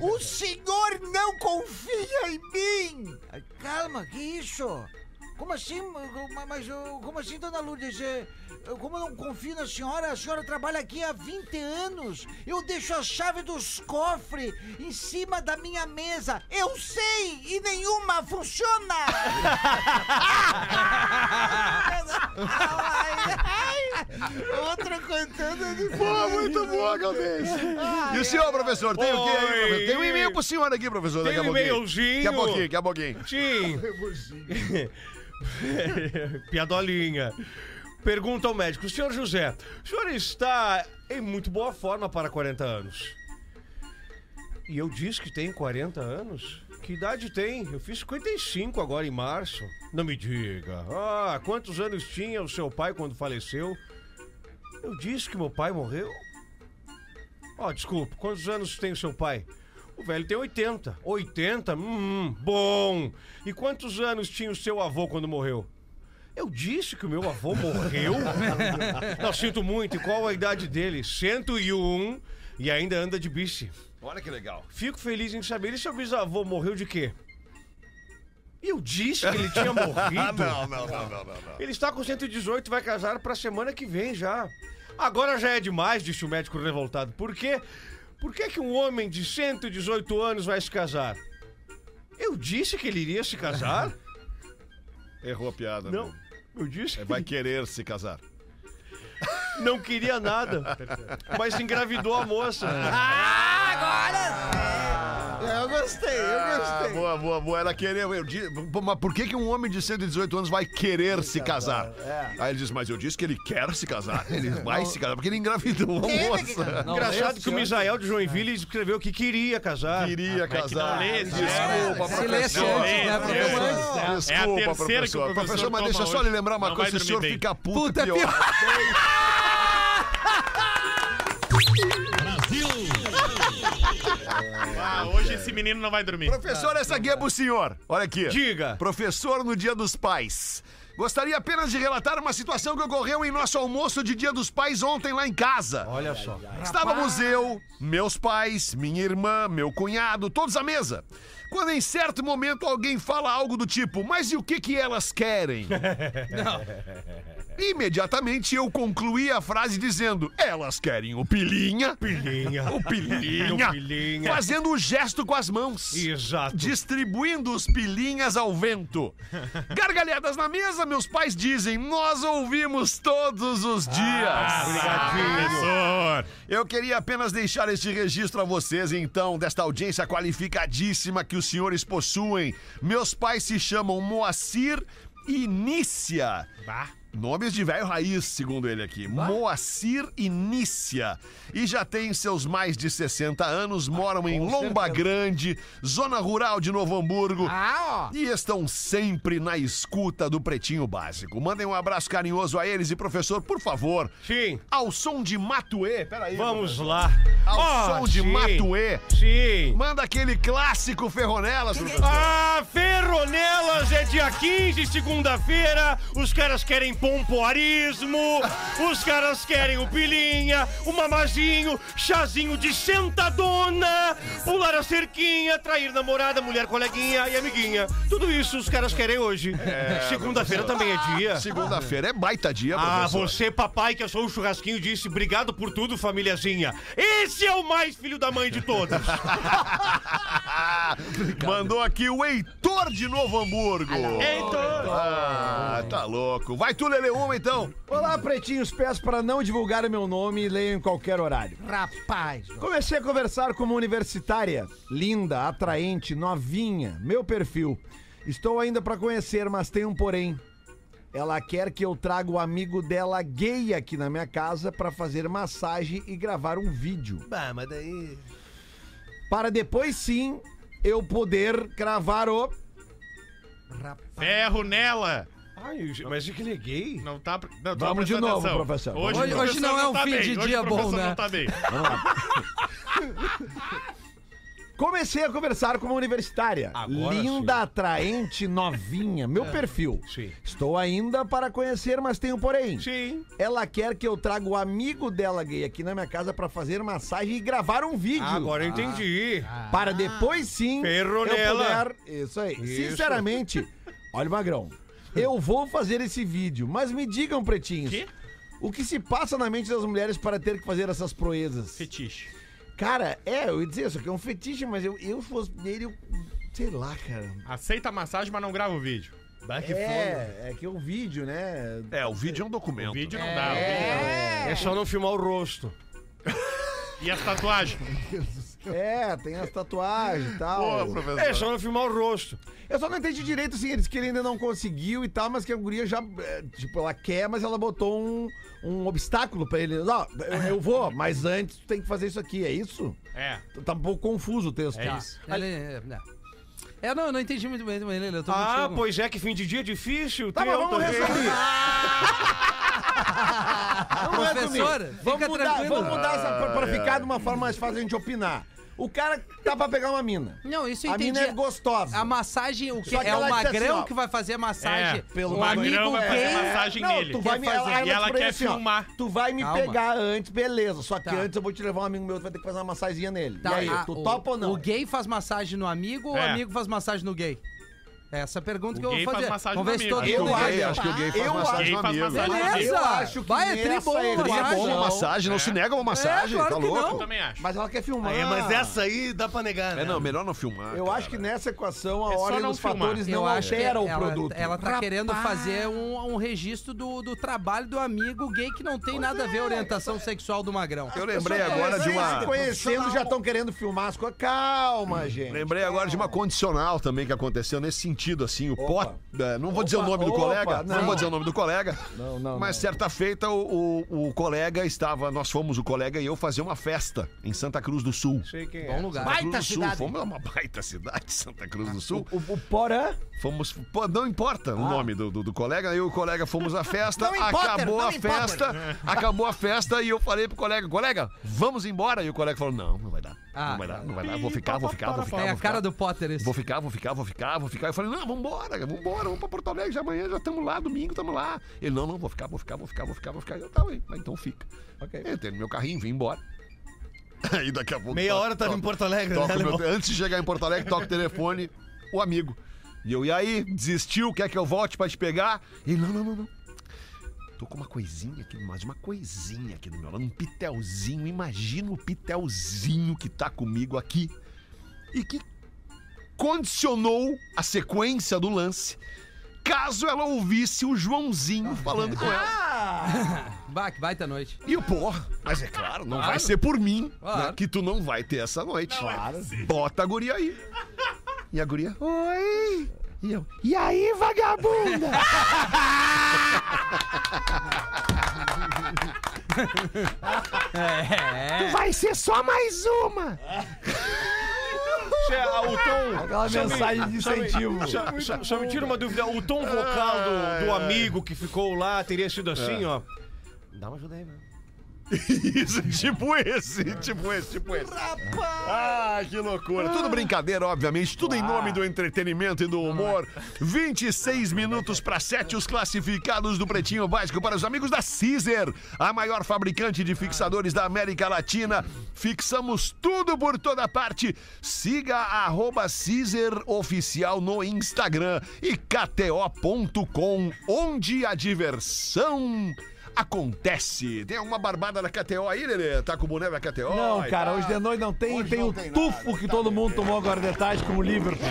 [SPEAKER 8] O senhor não confia em mim! Ah, Calma, que isso? Como assim? Mas, mas, eu- como assim, dona Lourdes? É, eu- Como eu não confio na senhora? A senhora trabalha aqui há 20 anos. Eu deixo a chave dos cofres em cima da minha mesa. Eu sei e nenhuma funciona! (laughs) Outra contando de
[SPEAKER 3] Boa, muito boa, Gaudêncio! E o senhor, professor, tem o quê aí,
[SPEAKER 9] Oi.
[SPEAKER 3] professor? Tem um e-mail pro senhor aqui, professor,
[SPEAKER 9] Tem
[SPEAKER 3] daqui a
[SPEAKER 9] um
[SPEAKER 3] pouquinho.
[SPEAKER 9] e-mailzinho.
[SPEAKER 3] Daqui a pouquinho, daqui a pouquinho.
[SPEAKER 9] Sim. (laughs) Piadolinha. Pergunta ao médico: Senhor José, o senhor está em muito boa forma para 40 anos? E eu disse que tenho 40 anos? Que idade tem? Eu fiz 55 agora em março. Não me diga. Ah, quantos anos tinha o seu pai quando faleceu? Eu disse que meu pai morreu? Ó, desculpa, quantos anos tem o seu pai? O velho tem 80. 80? Hum, bom. E quantos anos tinha o seu avô quando morreu? Eu disse que o meu
[SPEAKER 3] (laughs)
[SPEAKER 9] avô morreu? Não, sinto muito. E qual a idade dele? 101 e ainda anda de bici.
[SPEAKER 3] Olha que legal.
[SPEAKER 9] Fico feliz em saber. E seu bisavô morreu de quê? Eu disse
[SPEAKER 3] (laughs)
[SPEAKER 9] que ele tinha
[SPEAKER 3] (laughs)
[SPEAKER 9] morrido.
[SPEAKER 3] Não, não, não, não, não. não.
[SPEAKER 9] Ele está com 118 e vai casar pra semana que vem já. Agora já é demais, disse o médico revoltado. Por quê? Por que, que um homem de 118 anos vai se casar? Eu disse que ele iria se casar?
[SPEAKER 3] Errou a piada.
[SPEAKER 9] Não.
[SPEAKER 3] meu. É,
[SPEAKER 9] Eu disse que
[SPEAKER 3] Vai querer se casar.
[SPEAKER 9] não queria nada. Mas engravidou a moça.
[SPEAKER 7] Eu gostei, eu
[SPEAKER 3] Ah,
[SPEAKER 7] gostei.
[SPEAKER 3] boa, boa, boa. Ela querer. Eu di- Pô, Mas por que, que um homem de 118 anos vai querer se casar? é. Aí ele diz: Mas eu disse que ele quer se casar. (laughs) Ele vai se casar porque ele engravidou a moça.
[SPEAKER 9] Engraçado que o Misael de Joinville escreveu que queria casar.
[SPEAKER 3] Queria casar.
[SPEAKER 6] é lê,
[SPEAKER 3] Desculpa,
[SPEAKER 6] né?
[SPEAKER 4] Se lê antes,
[SPEAKER 3] professor.
[SPEAKER 4] né,
[SPEAKER 6] Não, é,
[SPEAKER 4] professor?
[SPEAKER 6] é. É a
[SPEAKER 3] Desculpa,
[SPEAKER 6] terceira
[SPEAKER 3] professor.
[SPEAKER 6] que o professor
[SPEAKER 3] mas
[SPEAKER 6] toma
[SPEAKER 3] deixa eu só
[SPEAKER 6] hoje.
[SPEAKER 3] lhe lembrar uma
[SPEAKER 6] Não
[SPEAKER 3] coisa:
[SPEAKER 6] vai
[SPEAKER 3] se o senhor
[SPEAKER 6] dormir bem.
[SPEAKER 3] fica puto,
[SPEAKER 4] Puta, é
[SPEAKER 3] pior.
[SPEAKER 6] Ah, hoje esse menino não vai dormir.
[SPEAKER 3] Professor, essa guia é pro senhor. Olha aqui.
[SPEAKER 9] Diga.
[SPEAKER 3] Professor no Dia dos Pais. Gostaria apenas de relatar uma situação que ocorreu em nosso almoço de Dia dos Pais ontem lá em casa.
[SPEAKER 9] Olha só.
[SPEAKER 3] Estávamos eu, meus pais, minha irmã, meu cunhado, todos à mesa. Quando em certo momento alguém fala algo do tipo, mas e o que que elas
[SPEAKER 9] (laughs)
[SPEAKER 3] querem? Imediatamente eu concluí a frase dizendo, elas querem o pilinha,
[SPEAKER 9] Pilinha.
[SPEAKER 3] o pilinha,
[SPEAKER 9] (laughs) O pilinha.
[SPEAKER 3] fazendo o gesto com as mãos.
[SPEAKER 9] Exato.
[SPEAKER 3] Distribuindo os pilinhas ao vento. Gargalhadas na mesa, meus pais dizem, nós ouvimos todos os dias.
[SPEAKER 6] Professor.
[SPEAKER 3] Eu queria apenas deixar este registro a vocês, então, desta audiência qualificadíssima que os senhores possuem. Meus pais se chamam Moacir e Nícia.
[SPEAKER 6] Bah.
[SPEAKER 3] Nomes de velho raiz, segundo ele aqui. Moacir e Nícia. E já tem seus mais de 60 anos, moram em Lomba Grande, zona rural de Novo Hamburgo.
[SPEAKER 12] Ah,
[SPEAKER 3] E estão sempre na escuta do Pretinho Básico. Mandem um abraço carinhoso a eles e, professor, por favor,
[SPEAKER 9] Sim.
[SPEAKER 3] ao som de Matuê. Peraí.
[SPEAKER 9] Vamos lá.
[SPEAKER 3] Ao
[SPEAKER 9] Ó,
[SPEAKER 3] som de
[SPEAKER 9] sim,
[SPEAKER 3] Matuê.
[SPEAKER 9] Sim.
[SPEAKER 3] Manda aquele clássico Ferronelas, professor.
[SPEAKER 9] Ah, Ferronelas é dia 15, segunda-feira. Os caras querem pompoarismo, os caras querem o pilinha, o mamazinho, chazinho de sentadona, pular a cerquinha, trair namorada, mulher coleguinha e amiguinha. Tudo isso os caras querem hoje. segunda-feira também é dia.
[SPEAKER 3] Segunda-feira é baita dia,
[SPEAKER 9] Ah,
[SPEAKER 3] professor.
[SPEAKER 9] você, papai, que assou o churrasquinho, disse obrigado por tudo, famíliazinha. Esse é o mais filho da mãe de todos.
[SPEAKER 3] Ah, Mandou aqui o Heitor de Novo Hamburgo.
[SPEAKER 6] Heitor.
[SPEAKER 3] Ah, tá louco. Vai tu, Lele, uma então.
[SPEAKER 7] Olá, pretinhos, peço para não divulgarem meu nome e leiam em qualquer horário.
[SPEAKER 12] rapaz.
[SPEAKER 7] Comecei a conversar com uma universitária, linda, atraente, novinha, meu perfil. Estou ainda para conhecer, mas tem um porém. Ela quer que eu traga o amigo dela gay aqui na minha casa para fazer massagem e gravar um vídeo.
[SPEAKER 9] Bah, mas daí.
[SPEAKER 7] Para depois sim eu poder cravar o.
[SPEAKER 6] Ferro nela.
[SPEAKER 9] Ai, mas é que ele é gay?
[SPEAKER 6] Não tá. pre- Não, tô
[SPEAKER 7] Vamos de
[SPEAKER 6] prestando
[SPEAKER 7] novo,
[SPEAKER 6] atenção.
[SPEAKER 7] professor.
[SPEAKER 6] Hoje,
[SPEAKER 4] Hoje-
[SPEAKER 6] o
[SPEAKER 4] hoje
[SPEAKER 6] professor
[SPEAKER 4] não é um
[SPEAKER 6] tá
[SPEAKER 4] fim de
[SPEAKER 6] bem. Hoje
[SPEAKER 4] dia
[SPEAKER 6] o professor
[SPEAKER 4] bom, né?
[SPEAKER 6] Não tá bem.
[SPEAKER 7] Comecei a conversar com uma universitária.
[SPEAKER 9] Agora É.
[SPEAKER 7] linda, atraente, novinha, meu perfil.
[SPEAKER 9] Sim.
[SPEAKER 7] Estou ainda para conhecer, mas tenho porém.
[SPEAKER 9] Sim.
[SPEAKER 7] Ela quer que eu traga o amigo dela gay aqui na minha casa pra fazer massagem e gravar um vídeo.
[SPEAKER 9] Agora eu entendi.
[SPEAKER 7] Para depois sim eu
[SPEAKER 9] Ferro nela.
[SPEAKER 7] puder. Isso aí.
[SPEAKER 9] Isso. (laughs)
[SPEAKER 7] Sinceramente, olha o Magrão. Eu vou fazer esse vídeo, mas me digam, pretinhos.
[SPEAKER 6] Quê?
[SPEAKER 7] O que se passa na mente das mulheres para ter que fazer essas proezas?
[SPEAKER 6] Fetiche.
[SPEAKER 7] Cara, é, eu ia dizer, isso aqui é um fetiche, mas eu, eu fosse dele, eu. Sei lá, cara.
[SPEAKER 6] Aceita a massagem, mas não grava o vídeo.
[SPEAKER 7] é, é que é um vídeo, né?
[SPEAKER 3] É, o vídeo é um
[SPEAKER 6] O
[SPEAKER 3] documento.
[SPEAKER 6] vídeo não dá. o vídeo
[SPEAKER 9] É só não filmar o rosto.
[SPEAKER 6] não. E as tatuagens?
[SPEAKER 7] É, tem as tatuagens e tal.
[SPEAKER 3] (laughs) Boa, professor.
[SPEAKER 9] É só não filmar o rosto.
[SPEAKER 7] Eu só não entendi direito, assim, eles que ele ainda não conseguiu e tal, mas que a guria já, é, tipo, ela quer, mas ela botou um, um obstáculo pra ele. Ó, eu, eu vou, mas antes tu tem que fazer isso aqui, é isso?
[SPEAKER 6] É.
[SPEAKER 7] Tá um pouco confuso o texto.
[SPEAKER 6] É
[SPEAKER 7] Tá.
[SPEAKER 6] isso.
[SPEAKER 4] Ele- Ah, é, não. É, não, eu não entendi muito bem também, Lelê. Eu tô
[SPEAKER 9] Ah,
[SPEAKER 4] contigo.
[SPEAKER 9] pois é que fim de dia é difícil.
[SPEAKER 7] Tá, mas vamos resumir. Vamos resumir.
[SPEAKER 4] Professor,
[SPEAKER 7] vamos
[SPEAKER 4] fica
[SPEAKER 7] mudar,
[SPEAKER 4] tranquilo.
[SPEAKER 7] Vamos mudar essa pra, pra ficar de uma forma mais fácil a gente opinar. O cara tá pra pegar uma mina.
[SPEAKER 4] Não, isso eu
[SPEAKER 7] A
[SPEAKER 4] entendi.
[SPEAKER 7] mina é gostosa.
[SPEAKER 4] A massagem, o que
[SPEAKER 7] Só que
[SPEAKER 4] é o
[SPEAKER 7] ela disse assim,
[SPEAKER 4] magrão
[SPEAKER 7] ó,
[SPEAKER 4] que vai fazer a massagem.
[SPEAKER 6] É,
[SPEAKER 7] pelo
[SPEAKER 6] o
[SPEAKER 7] lado
[SPEAKER 6] magrão
[SPEAKER 4] amigo
[SPEAKER 6] vai fazer
[SPEAKER 4] gay-
[SPEAKER 6] massagem
[SPEAKER 7] Não,
[SPEAKER 6] nele.
[SPEAKER 7] tu vai me,
[SPEAKER 4] fazer.
[SPEAKER 7] ela, ela
[SPEAKER 6] E ela
[SPEAKER 7] te prende
[SPEAKER 6] quer
[SPEAKER 7] ó,
[SPEAKER 6] filmar.
[SPEAKER 7] tu vai me
[SPEAKER 4] Calma.
[SPEAKER 7] pegar antes, beleza. Só que
[SPEAKER 4] Tá.
[SPEAKER 7] antes eu vou te levar um amigo meu, tu vai ter que fazer uma massagenzinha nele.
[SPEAKER 4] Tá,
[SPEAKER 7] e aí,
[SPEAKER 4] a-
[SPEAKER 7] tu
[SPEAKER 4] o-
[SPEAKER 7] topa ou não?
[SPEAKER 4] O gay faz massagem no amigo ou o
[SPEAKER 6] É.
[SPEAKER 4] amigo faz massagem no gay? É Essa pergunta
[SPEAKER 6] O
[SPEAKER 4] que eu
[SPEAKER 6] gay
[SPEAKER 4] vou
[SPEAKER 6] faz
[SPEAKER 4] fazer.
[SPEAKER 6] massagem
[SPEAKER 4] Vamos ver se
[SPEAKER 6] no
[SPEAKER 4] todo
[SPEAKER 6] amigo.
[SPEAKER 4] mundo
[SPEAKER 7] Eu
[SPEAKER 4] é
[SPEAKER 7] acho-
[SPEAKER 4] gay.
[SPEAKER 7] acho que o gay faz Eu
[SPEAKER 6] Gay
[SPEAKER 7] massagem
[SPEAKER 3] no
[SPEAKER 6] faz
[SPEAKER 3] amigo.
[SPEAKER 6] massagem no amigo.
[SPEAKER 4] Beleza!
[SPEAKER 7] Eu acho que
[SPEAKER 4] Vai, é tri
[SPEAKER 7] nessa
[SPEAKER 4] bom
[SPEAKER 7] aí,
[SPEAKER 4] massagem.
[SPEAKER 7] tri bom
[SPEAKER 3] Uma
[SPEAKER 7] Não.
[SPEAKER 3] massagem, não se nega uma massagem,
[SPEAKER 4] claro
[SPEAKER 3] tá
[SPEAKER 4] que
[SPEAKER 6] Eu
[SPEAKER 3] louco?
[SPEAKER 6] também acho.
[SPEAKER 7] Mas ela quer filmar.
[SPEAKER 13] É, mas essa aí dá pra negar, né?
[SPEAKER 3] É, não, melhor não filmar.
[SPEAKER 7] Eu
[SPEAKER 3] cara.
[SPEAKER 7] acho que nessa equação a
[SPEAKER 6] É só
[SPEAKER 7] ordem
[SPEAKER 6] não
[SPEAKER 7] dos
[SPEAKER 6] filmar.
[SPEAKER 7] fatores não
[SPEAKER 4] Eu acho que
[SPEAKER 7] altera o
[SPEAKER 4] ela-
[SPEAKER 7] produto.
[SPEAKER 4] Ela tá querendo fazer um, um registro do, do trabalho do amigo gay que não tem nada a ver a orientação sexual do magrão.
[SPEAKER 3] Eu lembrei agora de
[SPEAKER 7] Vocês se
[SPEAKER 3] uma.
[SPEAKER 7] conhecendo já estão querendo filmar as coisas. Calma, gente.
[SPEAKER 3] Lembrei agora de uma condicional também que aconteceu nesse sentido, assim. O
[SPEAKER 7] É. Opa.
[SPEAKER 3] Pot- é, Não vou dizer o
[SPEAKER 7] Opa,
[SPEAKER 3] nome do
[SPEAKER 7] opa,
[SPEAKER 3] colega. Não
[SPEAKER 7] não.
[SPEAKER 3] vou dizer o nome do colega.
[SPEAKER 7] Não, não,
[SPEAKER 3] Mas
[SPEAKER 7] não.
[SPEAKER 3] certa feita, o, o- o colega estava. Nós fomos, o colega e eu, fazer uma festa em Santa Cruz do Sul.
[SPEAKER 9] Sei quem
[SPEAKER 4] Bom
[SPEAKER 9] é.
[SPEAKER 4] lugar.
[SPEAKER 3] Santa Cruz do Sul. Fomos a uma baita cidade, Santa Cruz do Sul.
[SPEAKER 7] O, Ah. o Porã.
[SPEAKER 3] Fomos. pô, não importa o nome do, do, do colega, eu e o colega fomos à festa,
[SPEAKER 14] Não importa,
[SPEAKER 3] acabou
[SPEAKER 14] não
[SPEAKER 3] a
[SPEAKER 14] importa.
[SPEAKER 7] É.
[SPEAKER 3] festa, acabou a festa e eu falei pro colega, colega, vamos embora. E o colega falou: não, não vai dar.
[SPEAKER 4] Ah.
[SPEAKER 3] não vai dar, não vai dar. Vou ficar, vou ficar, vou ficar.
[SPEAKER 4] É
[SPEAKER 3] vou
[SPEAKER 4] a
[SPEAKER 3] ficar.
[SPEAKER 4] cara do Potter esse.
[SPEAKER 3] Vou ficar, vou ficar, vou ficar, vou ficar. Eu falei, não, vambora, cara, vambora, vamos pra Porto Alegre, já amanhã já estamos lá, domingo estamos lá. Ele, não, não, vou ficar, vou ficar, vou ficar, vou ficar, vou ficar. Eu, tá, ué, mas então fica.
[SPEAKER 7] Ok.
[SPEAKER 3] Entrei no meu carrinho, vim embora. (laughs) Aí daqui a pouco. tá
[SPEAKER 13] Meia
[SPEAKER 3] to-
[SPEAKER 13] hora tava
[SPEAKER 3] to-
[SPEAKER 13] em Porto Alegre, né,
[SPEAKER 3] toca o meu-
[SPEAKER 13] alemão?
[SPEAKER 3] Antes de chegar em Porto Alegre, toca o telefone, o amigo. E eu, e aí, desistiu, quer que eu volte pra te pegar? Ele, não, não, não, não. Tô com uma coisinha aqui, mas uma coisinha aqui do meu lado, um pitelzinho. Imagina o pitelzinho que tá comigo aqui e que condicionou a sequência do lance caso ela ouvisse o Joãozinho falando
[SPEAKER 13] Ah,
[SPEAKER 3] com ela.
[SPEAKER 4] Bah, que baita noite.
[SPEAKER 3] E o porra, mas é claro, não vai ser por mim
[SPEAKER 4] Claro.
[SPEAKER 3] né, que tu não é vai ter essa noite. Claro. Bota a guria aí. E a guria, oi. E eu, e aí, (laughs) vagabunda? Tu vai ser só mais uma.
[SPEAKER 9] Che- ah, O tom.
[SPEAKER 7] Aquela mensagem de incentivo.
[SPEAKER 9] Só- Só, só me tira uma dúvida. O tom vocal do, do amigo que ficou lá teria sido assim, ó. Dá uma ajuda aí, mano.
[SPEAKER 3] Isso, tipo esse, tipo esse, tipo esse. Ah, que loucura. Tudo brincadeira, obviamente. Tudo em nome do entretenimento e do humor. 26 minutos para sete os classificados do Pretinho Básico para os amigos da Caesar, a maior fabricante de fixadores da América Latina. Fixamos tudo por toda parte. Siga a arroba Caesar Oficial no Instagram e KTO.com, onde a diversão acontece. Tem alguma barbada na KTO aí, Lelê? Tá com o boné da KTO?
[SPEAKER 7] Não,
[SPEAKER 3] e
[SPEAKER 7] cara,
[SPEAKER 3] tal?
[SPEAKER 7] hoje de noite não tem.
[SPEAKER 3] Hoje
[SPEAKER 7] tem
[SPEAKER 3] não
[SPEAKER 7] o
[SPEAKER 3] tem
[SPEAKER 7] tufo
[SPEAKER 3] nada,
[SPEAKER 7] que
[SPEAKER 3] tá
[SPEAKER 7] todo
[SPEAKER 3] bem.
[SPEAKER 7] mundo tomou agora de tarde com o Liverpool.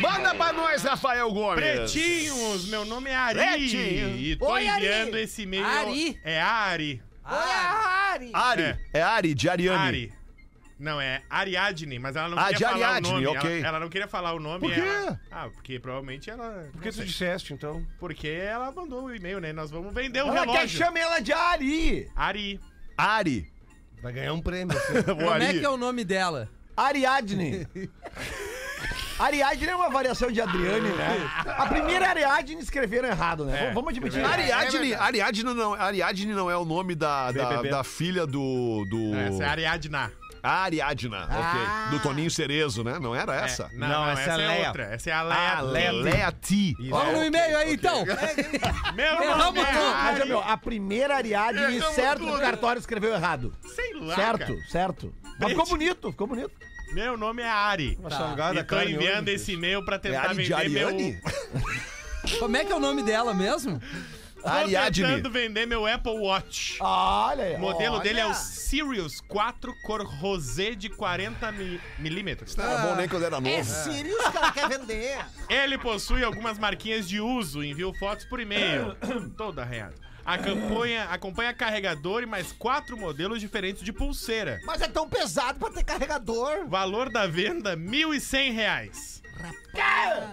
[SPEAKER 3] Manda pra nós, Rafael Gomes.
[SPEAKER 6] Pretinhos, meu nome é Ari.
[SPEAKER 3] Pretinho.
[SPEAKER 6] E tô
[SPEAKER 14] Oi, Ari.
[SPEAKER 6] enviando esse e-mail.
[SPEAKER 4] Ari?
[SPEAKER 6] É Ari.
[SPEAKER 4] Ah,
[SPEAKER 7] ah,
[SPEAKER 14] Ari.
[SPEAKER 3] Ari. É. Ari, de Ariane.
[SPEAKER 6] Ari. Não, é Ariadne, mas ela não
[SPEAKER 3] Ah,
[SPEAKER 6] queria
[SPEAKER 3] de
[SPEAKER 6] falar
[SPEAKER 3] Ariadne,
[SPEAKER 6] o nome.
[SPEAKER 3] ok.
[SPEAKER 6] Ela, ela não queria falar o nome.
[SPEAKER 3] Por quê?
[SPEAKER 6] ela- ah, porque provavelmente ela.
[SPEAKER 9] Por que tu disseste, então?
[SPEAKER 6] Porque ela mandou o e-mail, né? Nós vamos vender o
[SPEAKER 7] Ela quer que
[SPEAKER 6] relógio.
[SPEAKER 7] chame ela de Ari.
[SPEAKER 6] Ari.
[SPEAKER 3] Ari.
[SPEAKER 13] Vai ganhar um prêmio.
[SPEAKER 3] Vou
[SPEAKER 4] Como é
[SPEAKER 3] Ari.
[SPEAKER 4] que é o nome dela?
[SPEAKER 7] Ariadne. Ariadne é uma variação de Adriane, né? A primeira Ariadne escreveram errado,
[SPEAKER 6] É,
[SPEAKER 7] né? Vamos- Vamos admitir.
[SPEAKER 3] Ariadne, Ariadne, não, Ariadne não é o nome da, da,
[SPEAKER 9] BBB.
[SPEAKER 3] da filha do. do...
[SPEAKER 6] Essa é Ariadna.
[SPEAKER 3] Ariadna, ok. Do Toninho Cerezo, né? Não era essa?
[SPEAKER 6] Não, não, essa, é
[SPEAKER 9] Leia.
[SPEAKER 6] outra. Essa é a
[SPEAKER 3] Ah,
[SPEAKER 6] Leia.
[SPEAKER 3] Lelé Ti.
[SPEAKER 4] Vamos no e-mail aí, então.
[SPEAKER 6] Meu
[SPEAKER 4] Erramos
[SPEAKER 6] nome é
[SPEAKER 4] tudo.
[SPEAKER 7] Mas,
[SPEAKER 6] Ari.
[SPEAKER 7] meu, a primeira Ariadne,
[SPEAKER 6] Erramos
[SPEAKER 7] certo,
[SPEAKER 6] tudo.
[SPEAKER 7] o cartório escreveu errado.
[SPEAKER 6] Sei lá, cara.
[SPEAKER 7] Certo, certo. Mas ficou bonito, ficou bonito.
[SPEAKER 6] Meu nome é Ari.
[SPEAKER 9] Uma
[SPEAKER 4] Tá.
[SPEAKER 9] salgada,
[SPEAKER 6] E tô
[SPEAKER 9] carne
[SPEAKER 6] enviando
[SPEAKER 9] hoje,
[SPEAKER 6] esse e-mail pra
[SPEAKER 3] É
[SPEAKER 6] tentar
[SPEAKER 3] Ari de
[SPEAKER 6] vender meu.
[SPEAKER 3] Ariane?
[SPEAKER 4] Como é que é o nome dela mesmo?
[SPEAKER 6] Tô tentando
[SPEAKER 3] Ariadne.
[SPEAKER 6] vender meu Apple Watch.
[SPEAKER 7] Olha aí.
[SPEAKER 6] O modelo
[SPEAKER 7] olha.
[SPEAKER 6] dele é o Sirius 4 cor rosé de 40 mi- milímetros.
[SPEAKER 3] Não era bom nem quando era novo.
[SPEAKER 14] É Sirius que ela quer vender.
[SPEAKER 6] Ele possui algumas marquinhas de uso, enviou fotos por e-mail. Todo arranhado. Acompanha, acompanha carregador e mais quatro modelos diferentes de pulseira.
[SPEAKER 14] Mas é tão pesado pra ter carregador.
[SPEAKER 6] Valor da venda, R$ 1.100. reais.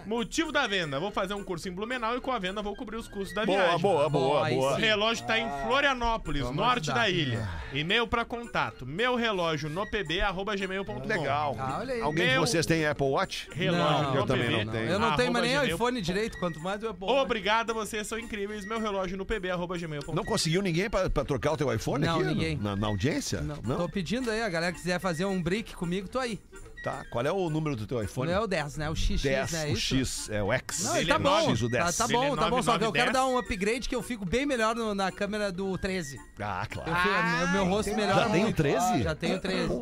[SPEAKER 6] Motivo da venda. Vou fazer um curso em Blumenau e com a venda vou cobrir os custos da
[SPEAKER 3] Boa,
[SPEAKER 6] viagem.
[SPEAKER 3] boa,
[SPEAKER 4] Boa,
[SPEAKER 3] Tá boa,
[SPEAKER 4] aí
[SPEAKER 6] O
[SPEAKER 3] boa.
[SPEAKER 4] sim.
[SPEAKER 6] relógio tá em Florianópolis,
[SPEAKER 4] vamos
[SPEAKER 6] norte
[SPEAKER 4] ajudar.
[SPEAKER 6] da ilha. E-mail pra contato. Meu relógio no pb, arroba gmail.com.
[SPEAKER 3] Legal.
[SPEAKER 4] Ah, olha aí.
[SPEAKER 3] Alguém de
[SPEAKER 6] Meu-
[SPEAKER 3] vocês tem Apple Watch?
[SPEAKER 6] Relógio
[SPEAKER 4] Não,
[SPEAKER 6] no
[SPEAKER 4] eu
[SPEAKER 3] também
[SPEAKER 6] pb,
[SPEAKER 3] não tenho.
[SPEAKER 4] Eu não tenho
[SPEAKER 6] arroba
[SPEAKER 4] mais nem
[SPEAKER 6] gmail.
[SPEAKER 4] iPhone direito, quanto mais eu é bom.
[SPEAKER 6] Obrigado, vocês são incríveis. Meu relógio no pb, arroba gmail.com.
[SPEAKER 3] Não conseguiu ninguém pra, pra trocar o teu iPhone
[SPEAKER 4] Não,
[SPEAKER 3] aqui?
[SPEAKER 4] ninguém.
[SPEAKER 3] Na, na audiência?
[SPEAKER 4] Não, Tô pedindo aí, a galera que quiser fazer um brick comigo, tô aí.
[SPEAKER 3] Tá. Qual é o número do teu iPhone?
[SPEAKER 4] Não é o 10, né? O XX,
[SPEAKER 3] 10,
[SPEAKER 4] né?
[SPEAKER 3] o
[SPEAKER 4] É isso?
[SPEAKER 3] X, é o X.
[SPEAKER 4] Não, e
[SPEAKER 6] Ele
[SPEAKER 4] tá
[SPEAKER 6] é
[SPEAKER 4] bom.
[SPEAKER 3] X, o 10.
[SPEAKER 4] Tá, tá
[SPEAKER 6] Ele é
[SPEAKER 4] bom, tá bom. Só que eu
[SPEAKER 6] 9910.
[SPEAKER 4] quero dar um upgrade que eu fico bem melhor no- na câmera do 13.
[SPEAKER 3] Ah,
[SPEAKER 4] Eu
[SPEAKER 3] claro.
[SPEAKER 4] fico- meu, meu rosto melhora
[SPEAKER 3] Já tem o
[SPEAKER 4] muito. Ah,
[SPEAKER 3] 13?
[SPEAKER 4] Já tenho 13.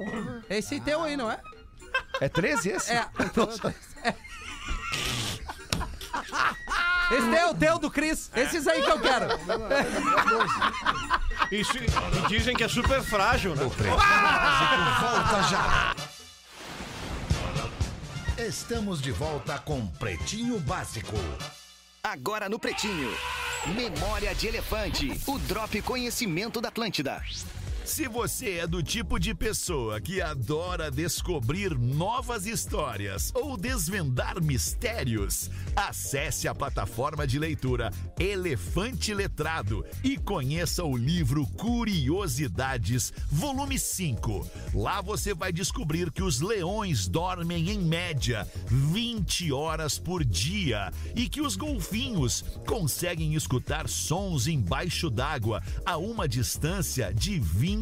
[SPEAKER 4] Esse aí teu aí, não é?
[SPEAKER 3] É 13 esse? (laughs)
[SPEAKER 4] É. Esse é o teu do Cris. Esses aí que eu quero.
[SPEAKER 9] E, se- e dizem que é super frágil, né?
[SPEAKER 1] Volta já! Estamos de volta com Pretinho Básico.
[SPEAKER 15] Agora no Pretinho. Memória de Elefante. O Drop Conhecimento da Atlântida.
[SPEAKER 16] Se você é do tipo de pessoa que adora descobrir novas histórias ou desvendar mistérios, acesse a plataforma de leitura Elefante Letrado e conheça o livro Curiosidades, volume 5. Lá você vai descobrir que os leões dormem em média 20 horas por dia e que os golfinhos conseguem escutar sons embaixo d'água a uma distância de 24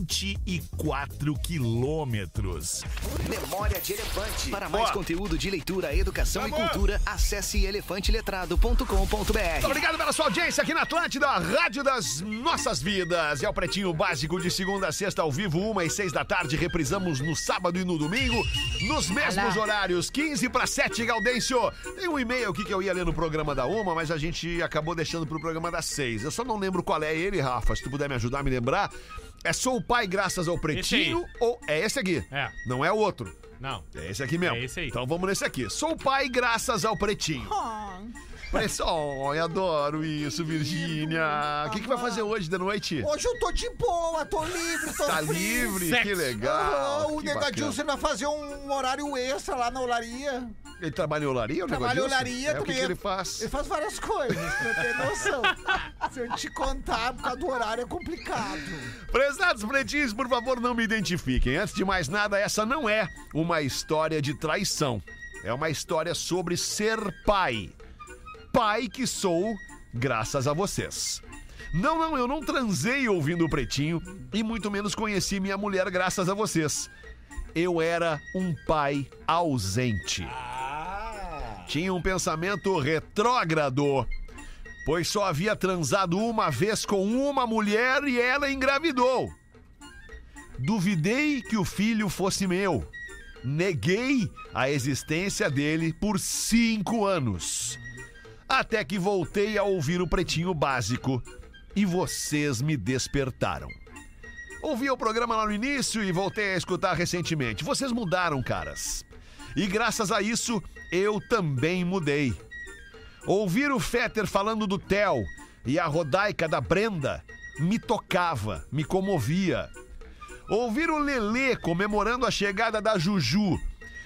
[SPEAKER 16] quilômetros.
[SPEAKER 15] Memória de Elefante. Para mais
[SPEAKER 16] Ó.
[SPEAKER 15] conteúdo de leitura, educação
[SPEAKER 17] Tá
[SPEAKER 15] e
[SPEAKER 3] Vamos.
[SPEAKER 15] cultura, acesse elefanteletrado.com.br.
[SPEAKER 3] Muito Obrigado pela sua audiência aqui na Atlântida, a Rádio das Nossas Vidas. É o Pretinho Básico de segunda a sexta ao vivo, uma e seis da tarde. Reprisamos no sábado e no domingo, nos mesmos horários, 15 para 7, Gaudêncio. Tem um e-mail aqui que eu ia ler no programa da uma, mas a gente acabou deixando pro programa das seis. Eu só não lembro qual é ele, Rafa, se tu puder me ajudar a me lembrar. É Sou o Pai Graças ao Pretinho ou é esse aqui?
[SPEAKER 6] É.
[SPEAKER 3] Não é o outro.
[SPEAKER 6] Não.
[SPEAKER 3] É esse aqui mesmo.
[SPEAKER 6] É esse aí.
[SPEAKER 3] Então vamos nesse aqui. Sou pai graças ao Pretinho. Pessoal, eu adoro isso, Virgínia. O que, que vai fazer hoje de noite?
[SPEAKER 8] Hoje eu tô de boa, tô livre, tô
[SPEAKER 3] Tá
[SPEAKER 8] free.
[SPEAKER 3] livre?
[SPEAKER 6] Sexo.
[SPEAKER 3] Que
[SPEAKER 8] Ah,
[SPEAKER 3] legal.
[SPEAKER 8] o
[SPEAKER 3] que
[SPEAKER 8] Negadilson
[SPEAKER 3] bacana.
[SPEAKER 8] ele vai fazer um horário extra lá na olaria.
[SPEAKER 3] Ele trabalha em olaria, o
[SPEAKER 8] Trabalha em
[SPEAKER 3] Negadilson?
[SPEAKER 8] olaria,
[SPEAKER 3] é, O que, que
[SPEAKER 8] também.
[SPEAKER 3] ele faz?
[SPEAKER 8] Ele faz várias coisas, pra eu
[SPEAKER 17] (laughs)
[SPEAKER 8] ter noção. Se eu te contar, por causa do horário é complicado.
[SPEAKER 3] Prezados pretinhos, por favor, não me identifiquem. Antes de mais nada, essa não é uma história de traição. É uma história sobre ser pai. Pai que sou, graças a vocês. Não, não, eu não transei ouvindo o pretinho e muito menos conheci minha mulher graças a vocês. Eu era um pai ausente.
[SPEAKER 17] Ah.
[SPEAKER 3] Tinha um pensamento retrógrado pois só havia transado uma vez com uma mulher e ela engravidou. Duvidei que o filho fosse meu. Neguei a existência dele por cinco anos. Até que voltei a ouvir o Pretinho Básico e vocês me despertaram. Ouvi o programa lá no início e voltei a escutar recentemente. Vocês mudaram, caras. E graças a isso, eu também mudei. Ouvir o Fetter falando do Theo e a rodaica da Brenda me tocava, me comovia. Ouvir o Lelê comemorando a chegada da Juju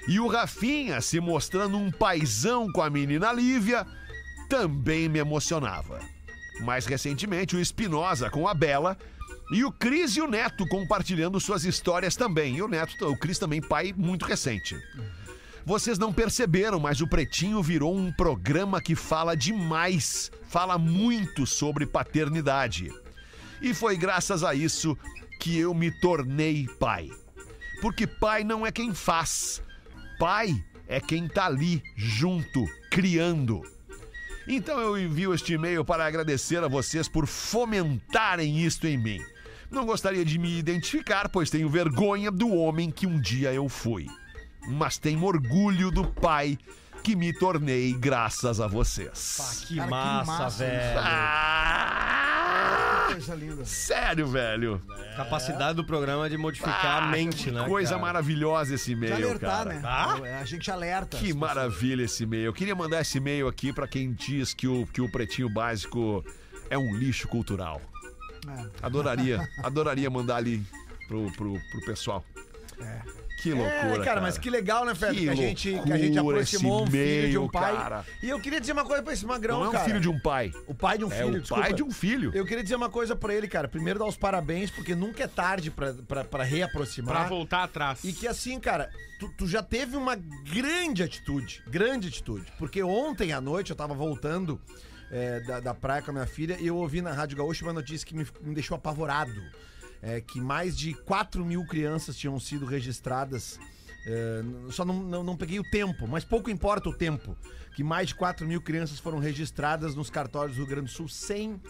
[SPEAKER 3] e o Rafinha se mostrando um paizão com a menina Lívia também me emocionava. Mais recentemente, o Espinosa com a Bela e o Cris e o Neto compartilhando suas histórias também. E o Neto, o Cris também pai muito recente. Vocês não perceberam, mas o Pretinho virou um programa que fala demais, fala muito sobre paternidade. E foi graças a isso que eu me tornei pai. Porque pai não é quem faz, pai é quem tá ali, junto, criando. Então eu envio este e-mail para agradecer a vocês por fomentarem isto em mim. Não gostaria de me identificar, pois tenho vergonha do homem que um dia eu fui. Mas tenho orgulho do pai que me tornei graças a vocês.
[SPEAKER 9] Que, massa,
[SPEAKER 7] né?
[SPEAKER 9] velho.
[SPEAKER 3] Ah!
[SPEAKER 8] Coisa linda.
[SPEAKER 3] Sério, velho.
[SPEAKER 9] É.
[SPEAKER 3] Ah,
[SPEAKER 9] Capacidade do programa de modificar a mente, né?
[SPEAKER 3] Coisa
[SPEAKER 9] cara?
[SPEAKER 3] maravilhosa esse
[SPEAKER 8] De
[SPEAKER 3] e-mail,
[SPEAKER 8] alertar,
[SPEAKER 3] cara. Ah?
[SPEAKER 8] né? A gente alerta.
[SPEAKER 3] Que maravilha esse e-mail. Eu queria mandar esse e-mail aqui pra quem diz que o, que o Pretinho Básico é um lixo
[SPEAKER 8] É.
[SPEAKER 3] cultural. Adoraria, adoraria mandar ali pro, pro, pro pessoal. Que loucura.
[SPEAKER 17] É, cara, mas que legal, né, Fede?
[SPEAKER 3] Que
[SPEAKER 17] Que, a gente, que a gente
[SPEAKER 3] loucura
[SPEAKER 17] aproximou um
[SPEAKER 3] esse
[SPEAKER 17] filho de um
[SPEAKER 3] meio,
[SPEAKER 17] pai.
[SPEAKER 3] cara.
[SPEAKER 17] E eu queria dizer uma coisa pra esse magrão,
[SPEAKER 3] Não é um
[SPEAKER 17] cara.
[SPEAKER 3] filho de um pai.
[SPEAKER 17] O pai de um
[SPEAKER 3] É
[SPEAKER 17] filho,
[SPEAKER 3] o pai de um filho.
[SPEAKER 17] Eu queria dizer uma coisa pra ele, cara. Primeiro dar os parabéns, porque nunca é tarde pra, pra, pra reaproximar.
[SPEAKER 7] Tá.
[SPEAKER 6] Pra voltar atrás.
[SPEAKER 17] E que assim, cara, tu, tu já teve uma grande atitude, grande atitude. Porque ontem à noite eu tava voltando é, da, da praia com a minha filha e eu ouvi na Rádio Gaúcha uma notícia que me, me deixou apavorado. É, que mais de 4 mil crianças tinham sido registradas. é, n- só não, não, não peguei o tempo, mas pouco importa o tempo. Que mais de 4 mil crianças foram registradas nos cartórios do Rio Grande do Sul sem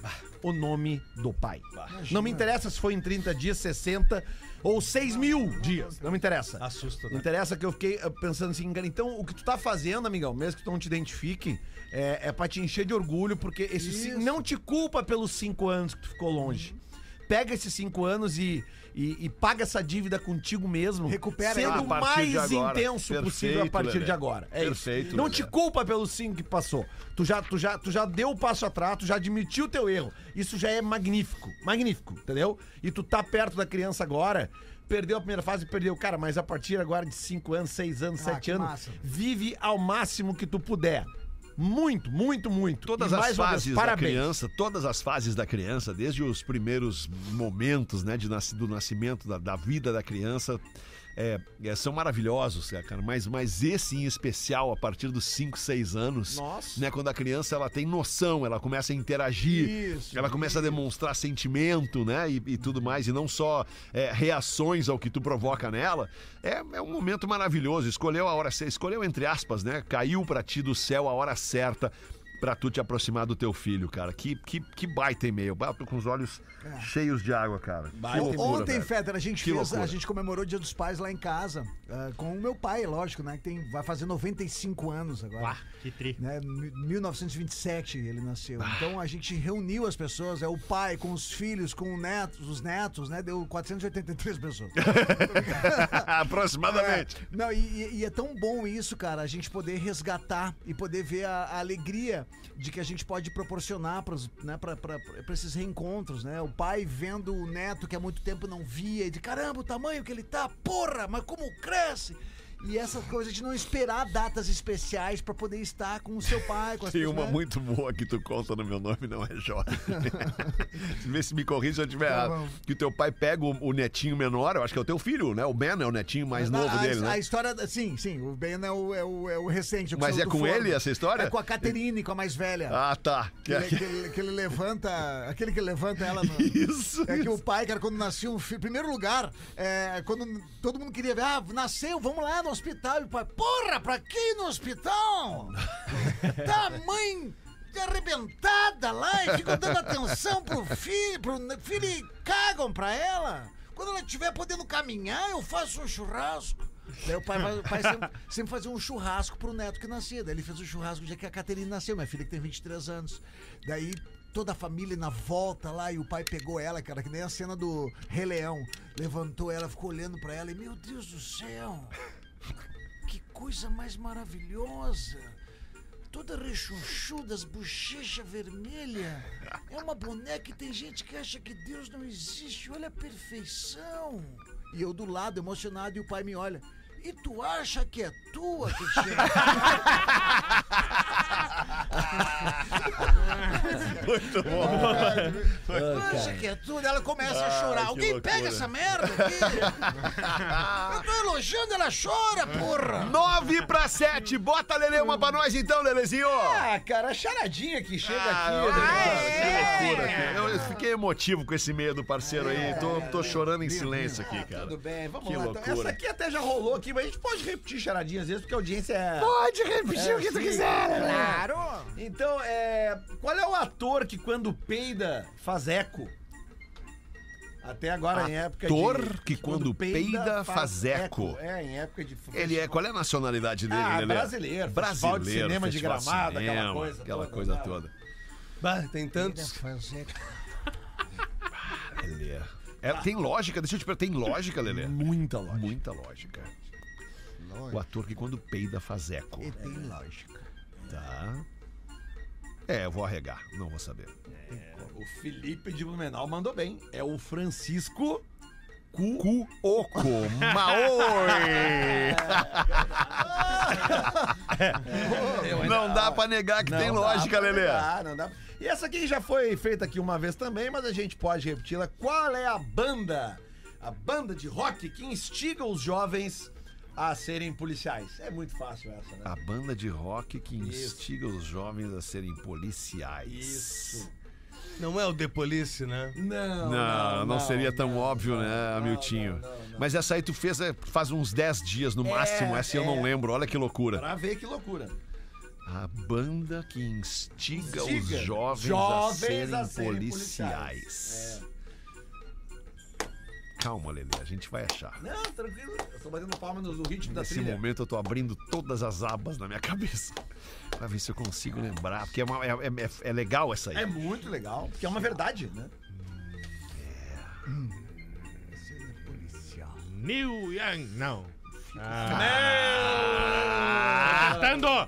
[SPEAKER 17] o nome do pai. Não me interessa se foi em 30 dias, 60 ou 6 mil dias. Não me interessa.
[SPEAKER 9] Assusta, né?
[SPEAKER 17] Interessa que eu fiquei eh, pensando assim, cara, então o que tu tá fazendo, amigão, mesmo que tu não te identifique, é, é pra te encher de orgulho, porque esse ci- não te culpa pelos cinco anos que tu ficou longe. Pega esses cinco anos e, e, e paga essa dívida contigo mesmo.
[SPEAKER 5] Recupera
[SPEAKER 17] Sendo
[SPEAKER 5] ela.
[SPEAKER 17] o
[SPEAKER 5] A partir de
[SPEAKER 17] mais
[SPEAKER 5] agora.
[SPEAKER 17] intenso possível a
[SPEAKER 5] Perfeito,
[SPEAKER 17] partir
[SPEAKER 5] Lelé.
[SPEAKER 17] de agora. É
[SPEAKER 5] Perfeito,
[SPEAKER 17] isso. Não
[SPEAKER 5] Lelé.
[SPEAKER 17] te culpa pelo cinco que passou. Tu já, tu, já, tu já deu o passo atrás, tu já admitiu o teu erro. Isso já é magnífico. Magnífico, entendeu? E tu tá perto da criança agora. Perdeu a primeira fase, perdeu. Cara, mas a partir agora de 5 anos, 6 anos,
[SPEAKER 8] Ah,
[SPEAKER 17] 7
[SPEAKER 8] que
[SPEAKER 17] anos,
[SPEAKER 8] massa.
[SPEAKER 17] vive ao máximo que tu puder. Muito, muito, muito.
[SPEAKER 3] Todas
[SPEAKER 17] E
[SPEAKER 3] as
[SPEAKER 17] uma vez,
[SPEAKER 3] fases da criança, todas as fases da criança, desde os primeiros momentos, né, de nas- do nascimento da, da vida da criança, é, é, são maravilhosos, né, cara. Mas, mas esse em especial, a partir dos 5, 6 anos,
[SPEAKER 17] Nossa.
[SPEAKER 3] né, quando a criança ela tem noção, ela começa a interagir, ela começa a demonstrar sentimento, né, e, e tudo mais, e não só é, reações ao que tu provoca nela, é, é um momento maravilhoso. Escolheu a hora, cer- escolheu entre aspas, né, caiu pra ti do céu a hora certa pra tu te aproximar do teu filho, cara. Que, que, que baita e-mail. Bah, Tô com os olhos cheios de água, cara. Que loucura,
[SPEAKER 7] Ontem,
[SPEAKER 3] velho.
[SPEAKER 7] Fetter, a gente
[SPEAKER 3] Que
[SPEAKER 7] fez,
[SPEAKER 3] loucura.
[SPEAKER 7] a gente comemorou o Dia dos Pais lá em casa, ah, com o meu pai, lógico, né? Que tem, vai fazer 95 anos agora.
[SPEAKER 6] Ah, que tri.
[SPEAKER 7] né? Mi- 1927 ele nasceu. Então a gente reuniu as pessoas, é o pai com os filhos, com o neto, os netos, né? Deu 483 pessoas.
[SPEAKER 3] (laughs) Aproximadamente.
[SPEAKER 7] É. Não, e, e- e é tão bom isso, cara, a gente poder resgatar e poder ver a, a alegria de que a gente pode proporcionar para né, pra- pra- pra esses reencontros, né? O pai vendo o neto que há muito tempo não via e de caramba, o tamanho que ele tá, porra, mas como cresce! E essa coisa de não esperar datas especiais para poder estar com o seu pai, com as
[SPEAKER 3] Tem
[SPEAKER 7] pessoas,
[SPEAKER 3] uma
[SPEAKER 7] né?
[SPEAKER 3] muito boa que tu conta no meu nome, não é Jorge.
[SPEAKER 7] (laughs)
[SPEAKER 3] Vê se me corrija se eu
[SPEAKER 7] Tá
[SPEAKER 3] tiver errado. Que o teu pai pega o, o netinho menor, eu acho que é o teu filho, né? O Ben é o netinho mais
[SPEAKER 7] Não,
[SPEAKER 3] novo
[SPEAKER 7] a,
[SPEAKER 3] dele,
[SPEAKER 7] a
[SPEAKER 3] né?
[SPEAKER 7] história, da- sim, sim, o Ben é o, é o, é o recente. o que
[SPEAKER 3] Mas
[SPEAKER 7] saiu
[SPEAKER 3] é
[SPEAKER 7] do
[SPEAKER 3] com
[SPEAKER 7] forno.
[SPEAKER 3] ele essa história?
[SPEAKER 7] É com a Caterine, com a mais velha.
[SPEAKER 3] Ah, tá.
[SPEAKER 7] Que, ele- que ele, que ele levanta. Aquele que levanta ela no.
[SPEAKER 3] (laughs) Isso.
[SPEAKER 7] É que o pai, cara, quando nasceu um filho. Primeiro lugar, é, quando todo mundo queria ver, ah, nasceu, vamos lá no hospital. E o pai, porra, pra que ir no hospital? tá, mãe. Arrebentada lá e ficam dando atenção pro filho, pro ne- filho e cagam pra ela. Quando ela estiver podendo caminhar, eu faço um churrasco. Daí o pai, faz- o pai sempre, sempre fazia um churrasco pro neto que nascia. Daí ele fez um churrasco no dia que a Caterina nasceu, minha filha que tem 23 anos. Daí toda a família na volta lá e o pai pegou ela, cara, que nem a cena do Rei Leão. Levantou ela, ficou olhando pra ela e, meu Deus do céu, que coisa mais maravilhosa. Toda rechonchuda, as bochechas vermelhas. É uma boneca e tem gente que acha que Deus não existe. Olha a perfeição. E eu do lado, emocionado, e o pai me olha. E tu acha que é tua que
[SPEAKER 3] (laughs) Muito bom. Ah,
[SPEAKER 7] Tu acha que é tua? Ela começa a chorar.
[SPEAKER 3] que
[SPEAKER 7] Alguém
[SPEAKER 3] loucura.
[SPEAKER 7] pega essa merda aqui. eu tô elogiando, ela chora, porra.
[SPEAKER 3] 9 pra 7. Bota, Lele, uma pra nós então, Lelezinho.
[SPEAKER 17] Ah, cara, a charadinha que chega aqui. né, cara?
[SPEAKER 3] Ah, Que loucura, cara. Eu eu fiquei emotivo com esse meio do parceiro aí. Tô, tô chorando em silêncio aqui, cara.
[SPEAKER 17] Tudo bem, vamos
[SPEAKER 3] Que
[SPEAKER 17] lá. Então, essa
[SPEAKER 3] loucura.
[SPEAKER 17] aqui até já rolou aqui, mas a gente pode repetir charadinhas às vezes, porque a audiência é.
[SPEAKER 5] Pode repetir o que tu
[SPEAKER 17] sim,
[SPEAKER 5] quiser, né?
[SPEAKER 17] Claro! Então, é. Qual é o ator que quando peida faz eco? Até agora, em época de.
[SPEAKER 3] Ator que quando peida faz eco.
[SPEAKER 17] É, em época de.
[SPEAKER 3] Ele é, qual é a nacionalidade dele,
[SPEAKER 17] Ah,
[SPEAKER 3] Lelê?
[SPEAKER 17] brasileiro, festival
[SPEAKER 3] Brasileiro.
[SPEAKER 17] de cinema de
[SPEAKER 3] festival
[SPEAKER 17] Gramado, aquela
[SPEAKER 3] cinema,
[SPEAKER 17] coisa
[SPEAKER 3] Aquela
[SPEAKER 17] toda,
[SPEAKER 3] coisa
[SPEAKER 17] né?
[SPEAKER 3] toda.
[SPEAKER 11] Bah, tem tantos.
[SPEAKER 3] Lelê. É, tem lógica, deixa eu te perguntar, tem lógica, Lelê?
[SPEAKER 17] Muita lógica.
[SPEAKER 3] Muita lógica. O ator que quando peida faz eco.
[SPEAKER 7] E tem lógica.
[SPEAKER 3] Tá. É, eu vou arregar, não vou saber. (laughs)
[SPEAKER 17] O Felipe de Blumenau mandou bem. É o Francisco
[SPEAKER 3] Cu Oco Maoi. É.
[SPEAKER 17] (laughs)
[SPEAKER 3] Não dá pra negar que
[SPEAKER 17] Não
[SPEAKER 3] tem
[SPEAKER 17] dá
[SPEAKER 3] lógica,
[SPEAKER 17] pra
[SPEAKER 3] Lelê.
[SPEAKER 17] negar, não dá. E essa aqui já foi feita aqui uma vez também, mas a gente pode repeti-la. Qual é a banda? A banda de rock que instiga os jovens a serem policiais. É muito fácil essa, né?
[SPEAKER 3] A banda de rock que instiga os jovens a serem policiais. Isso.
[SPEAKER 11] Não é o The Police, né?
[SPEAKER 3] Não, não, seria tão óbvio, né, Amiltinho? Mas essa aí tu fez é, faz uns 10 dias no
[SPEAKER 17] É,
[SPEAKER 3] máximo, essa eu
[SPEAKER 17] é.
[SPEAKER 3] não lembro, olha que loucura.
[SPEAKER 17] Pra ver que loucura.
[SPEAKER 3] A banda que instiga,
[SPEAKER 17] Instiga
[SPEAKER 3] os jovens,
[SPEAKER 17] jovens
[SPEAKER 3] a serem,
[SPEAKER 17] a serem
[SPEAKER 3] policiais.
[SPEAKER 17] policiais. É.
[SPEAKER 3] Calma, Lelê, a gente vai achar.
[SPEAKER 17] Não, tranquilo. Eu tô batendo palma no, no ritmo da
[SPEAKER 3] Nesse
[SPEAKER 17] trilha.
[SPEAKER 3] momento eu tô abrindo todas as abas na minha (laughs) cabeça. Pra ver se eu consigo lembrar, porque é, uma- é- é- é legal essa aí.
[SPEAKER 17] É muito legal, porque é uma verdade, né?
[SPEAKER 7] Hum.
[SPEAKER 6] New Young. Não. Ah. Não! Cantando!
[SPEAKER 7] É.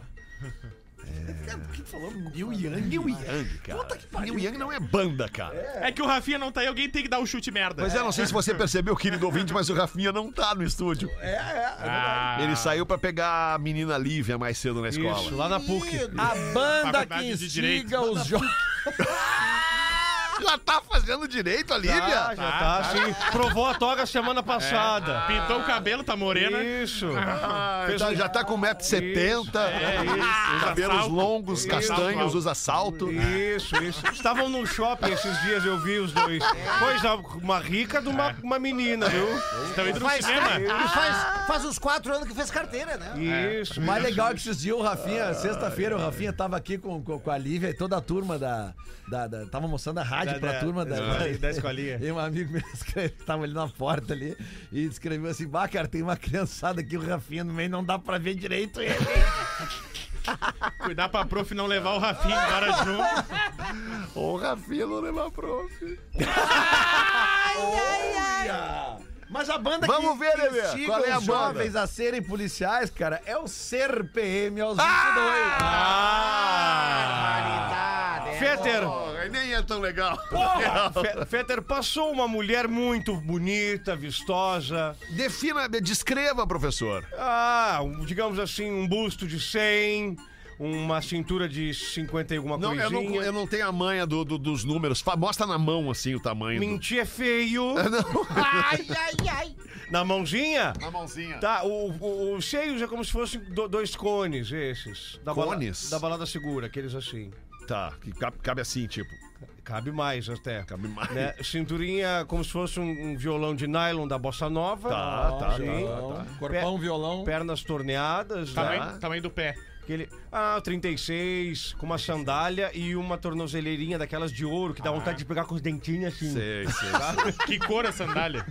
[SPEAKER 17] O é que tu falou?
[SPEAKER 3] New Yang. New Yang, cara. New Yang não é banda, cara.
[SPEAKER 6] É que o Rafinha não tá aí, alguém tem que dar um chute merda.
[SPEAKER 9] é,
[SPEAKER 3] Mas eu não sei se você percebeu, querido ouvinte, mas o Rafinha não tá no estúdio.
[SPEAKER 17] É, é.
[SPEAKER 6] Ah.
[SPEAKER 3] Ele saiu pra pegar a menina Lívia mais cedo na escola.
[SPEAKER 9] Isso, lá na PUC.
[SPEAKER 3] A
[SPEAKER 9] banda
[SPEAKER 6] Faculdade que de Direito. instiga
[SPEAKER 9] os jovens.
[SPEAKER 3] Já tá fazendo direito a Lívia?
[SPEAKER 9] já tá, sim. Provou a toga semana passada.
[SPEAKER 6] É. Pintou o cabelo, tá morena. (laughs)
[SPEAKER 9] Isso.
[SPEAKER 3] Ah,
[SPEAKER 9] Fez
[SPEAKER 3] tá-
[SPEAKER 9] um-
[SPEAKER 3] Já tá com 1,70m,
[SPEAKER 6] É, isso. Usa
[SPEAKER 3] cabelos
[SPEAKER 6] salto.
[SPEAKER 3] longos,
[SPEAKER 6] Isso.
[SPEAKER 3] castanhos,
[SPEAKER 6] Salto.
[SPEAKER 3] usa salto.
[SPEAKER 9] Isso, isso. Estavam num shopping esses dias, eu vi os dois. Coisa, uma rica de uma, uma menina, viu?
[SPEAKER 6] Estão indo no
[SPEAKER 7] Faz,
[SPEAKER 6] cinema.
[SPEAKER 7] faz, faz uns quatro anos que fez carteira, né?
[SPEAKER 9] tá, Isso.
[SPEAKER 17] O mais legal é que esses dias o Rafinha, sexta-feira, o Rafinha tava aqui com, com, com a Lívia e toda a turma da. da, da- tava mostrando a rádio
[SPEAKER 9] Da-
[SPEAKER 17] pra
[SPEAKER 9] da-
[SPEAKER 17] turma da,
[SPEAKER 9] da escolinha, da escolinha.
[SPEAKER 17] (laughs) E um amigo meu escreve, tava ali na porta ali e escreveu assim: Bah, cara, tem uma criançada aqui, o Rafinha no meio, não dá pra ver direito ele.
[SPEAKER 6] Cuidar pra prof não levar o Rafinha embora junto.
[SPEAKER 3] Ô, Rafinha, não leva prof.
[SPEAKER 17] Mas a banda
[SPEAKER 3] Vamos
[SPEAKER 17] que,
[SPEAKER 3] ver,
[SPEAKER 17] que
[SPEAKER 3] Lelê,
[SPEAKER 17] instiga
[SPEAKER 3] qual é a
[SPEAKER 17] os
[SPEAKER 3] banda?
[SPEAKER 17] jovens a serem policiais, cara, é o Ser PM aos 22.
[SPEAKER 9] Fetter,
[SPEAKER 3] Porra, nem é tão legal.
[SPEAKER 9] porra! Fe- Fetter passou uma mulher muito bonita, vistosa.
[SPEAKER 3] Defina, descreva, professor.
[SPEAKER 9] Ah, um- digamos assim, um busto de 100, uma cintura de 50 e alguma
[SPEAKER 3] Não,
[SPEAKER 9] coisinha.
[SPEAKER 3] eu, não, eu não tenho a manha do- do- dos números. Fa- Mostra na mão, assim, o tamanho. do-
[SPEAKER 9] Mentir
[SPEAKER 3] (laughs)
[SPEAKER 9] é feio.
[SPEAKER 7] Ai, ai, ai.
[SPEAKER 9] Na mãozinha?
[SPEAKER 3] Na mãozinha.
[SPEAKER 9] Tá, o, o, os seios é como se fossem do- dois cones, esses. Da bala-
[SPEAKER 3] Cones?
[SPEAKER 9] da balada segura, aqueles assim.
[SPEAKER 3] Tá, que cabe, cabe assim, tipo.
[SPEAKER 9] Cabe mais até.
[SPEAKER 3] Cabe mais. (laughs)
[SPEAKER 9] Né? Cinturinha como se fosse um, um violão de nylon da bossa nova.
[SPEAKER 3] Tá, tá,
[SPEAKER 9] Sim.
[SPEAKER 3] tá, tá, tá.
[SPEAKER 17] Corpão, violão.
[SPEAKER 9] Pernas torneadas. né?
[SPEAKER 6] Tamanho, tamanho do pé.
[SPEAKER 9] Aquele, ah, 36, com uma sandália e uma tornozeleirinha daquelas de ouro que dá vontade de pegar com os dentinhos assim.
[SPEAKER 3] Sei, sei, sei.
[SPEAKER 6] Que cor a sandália?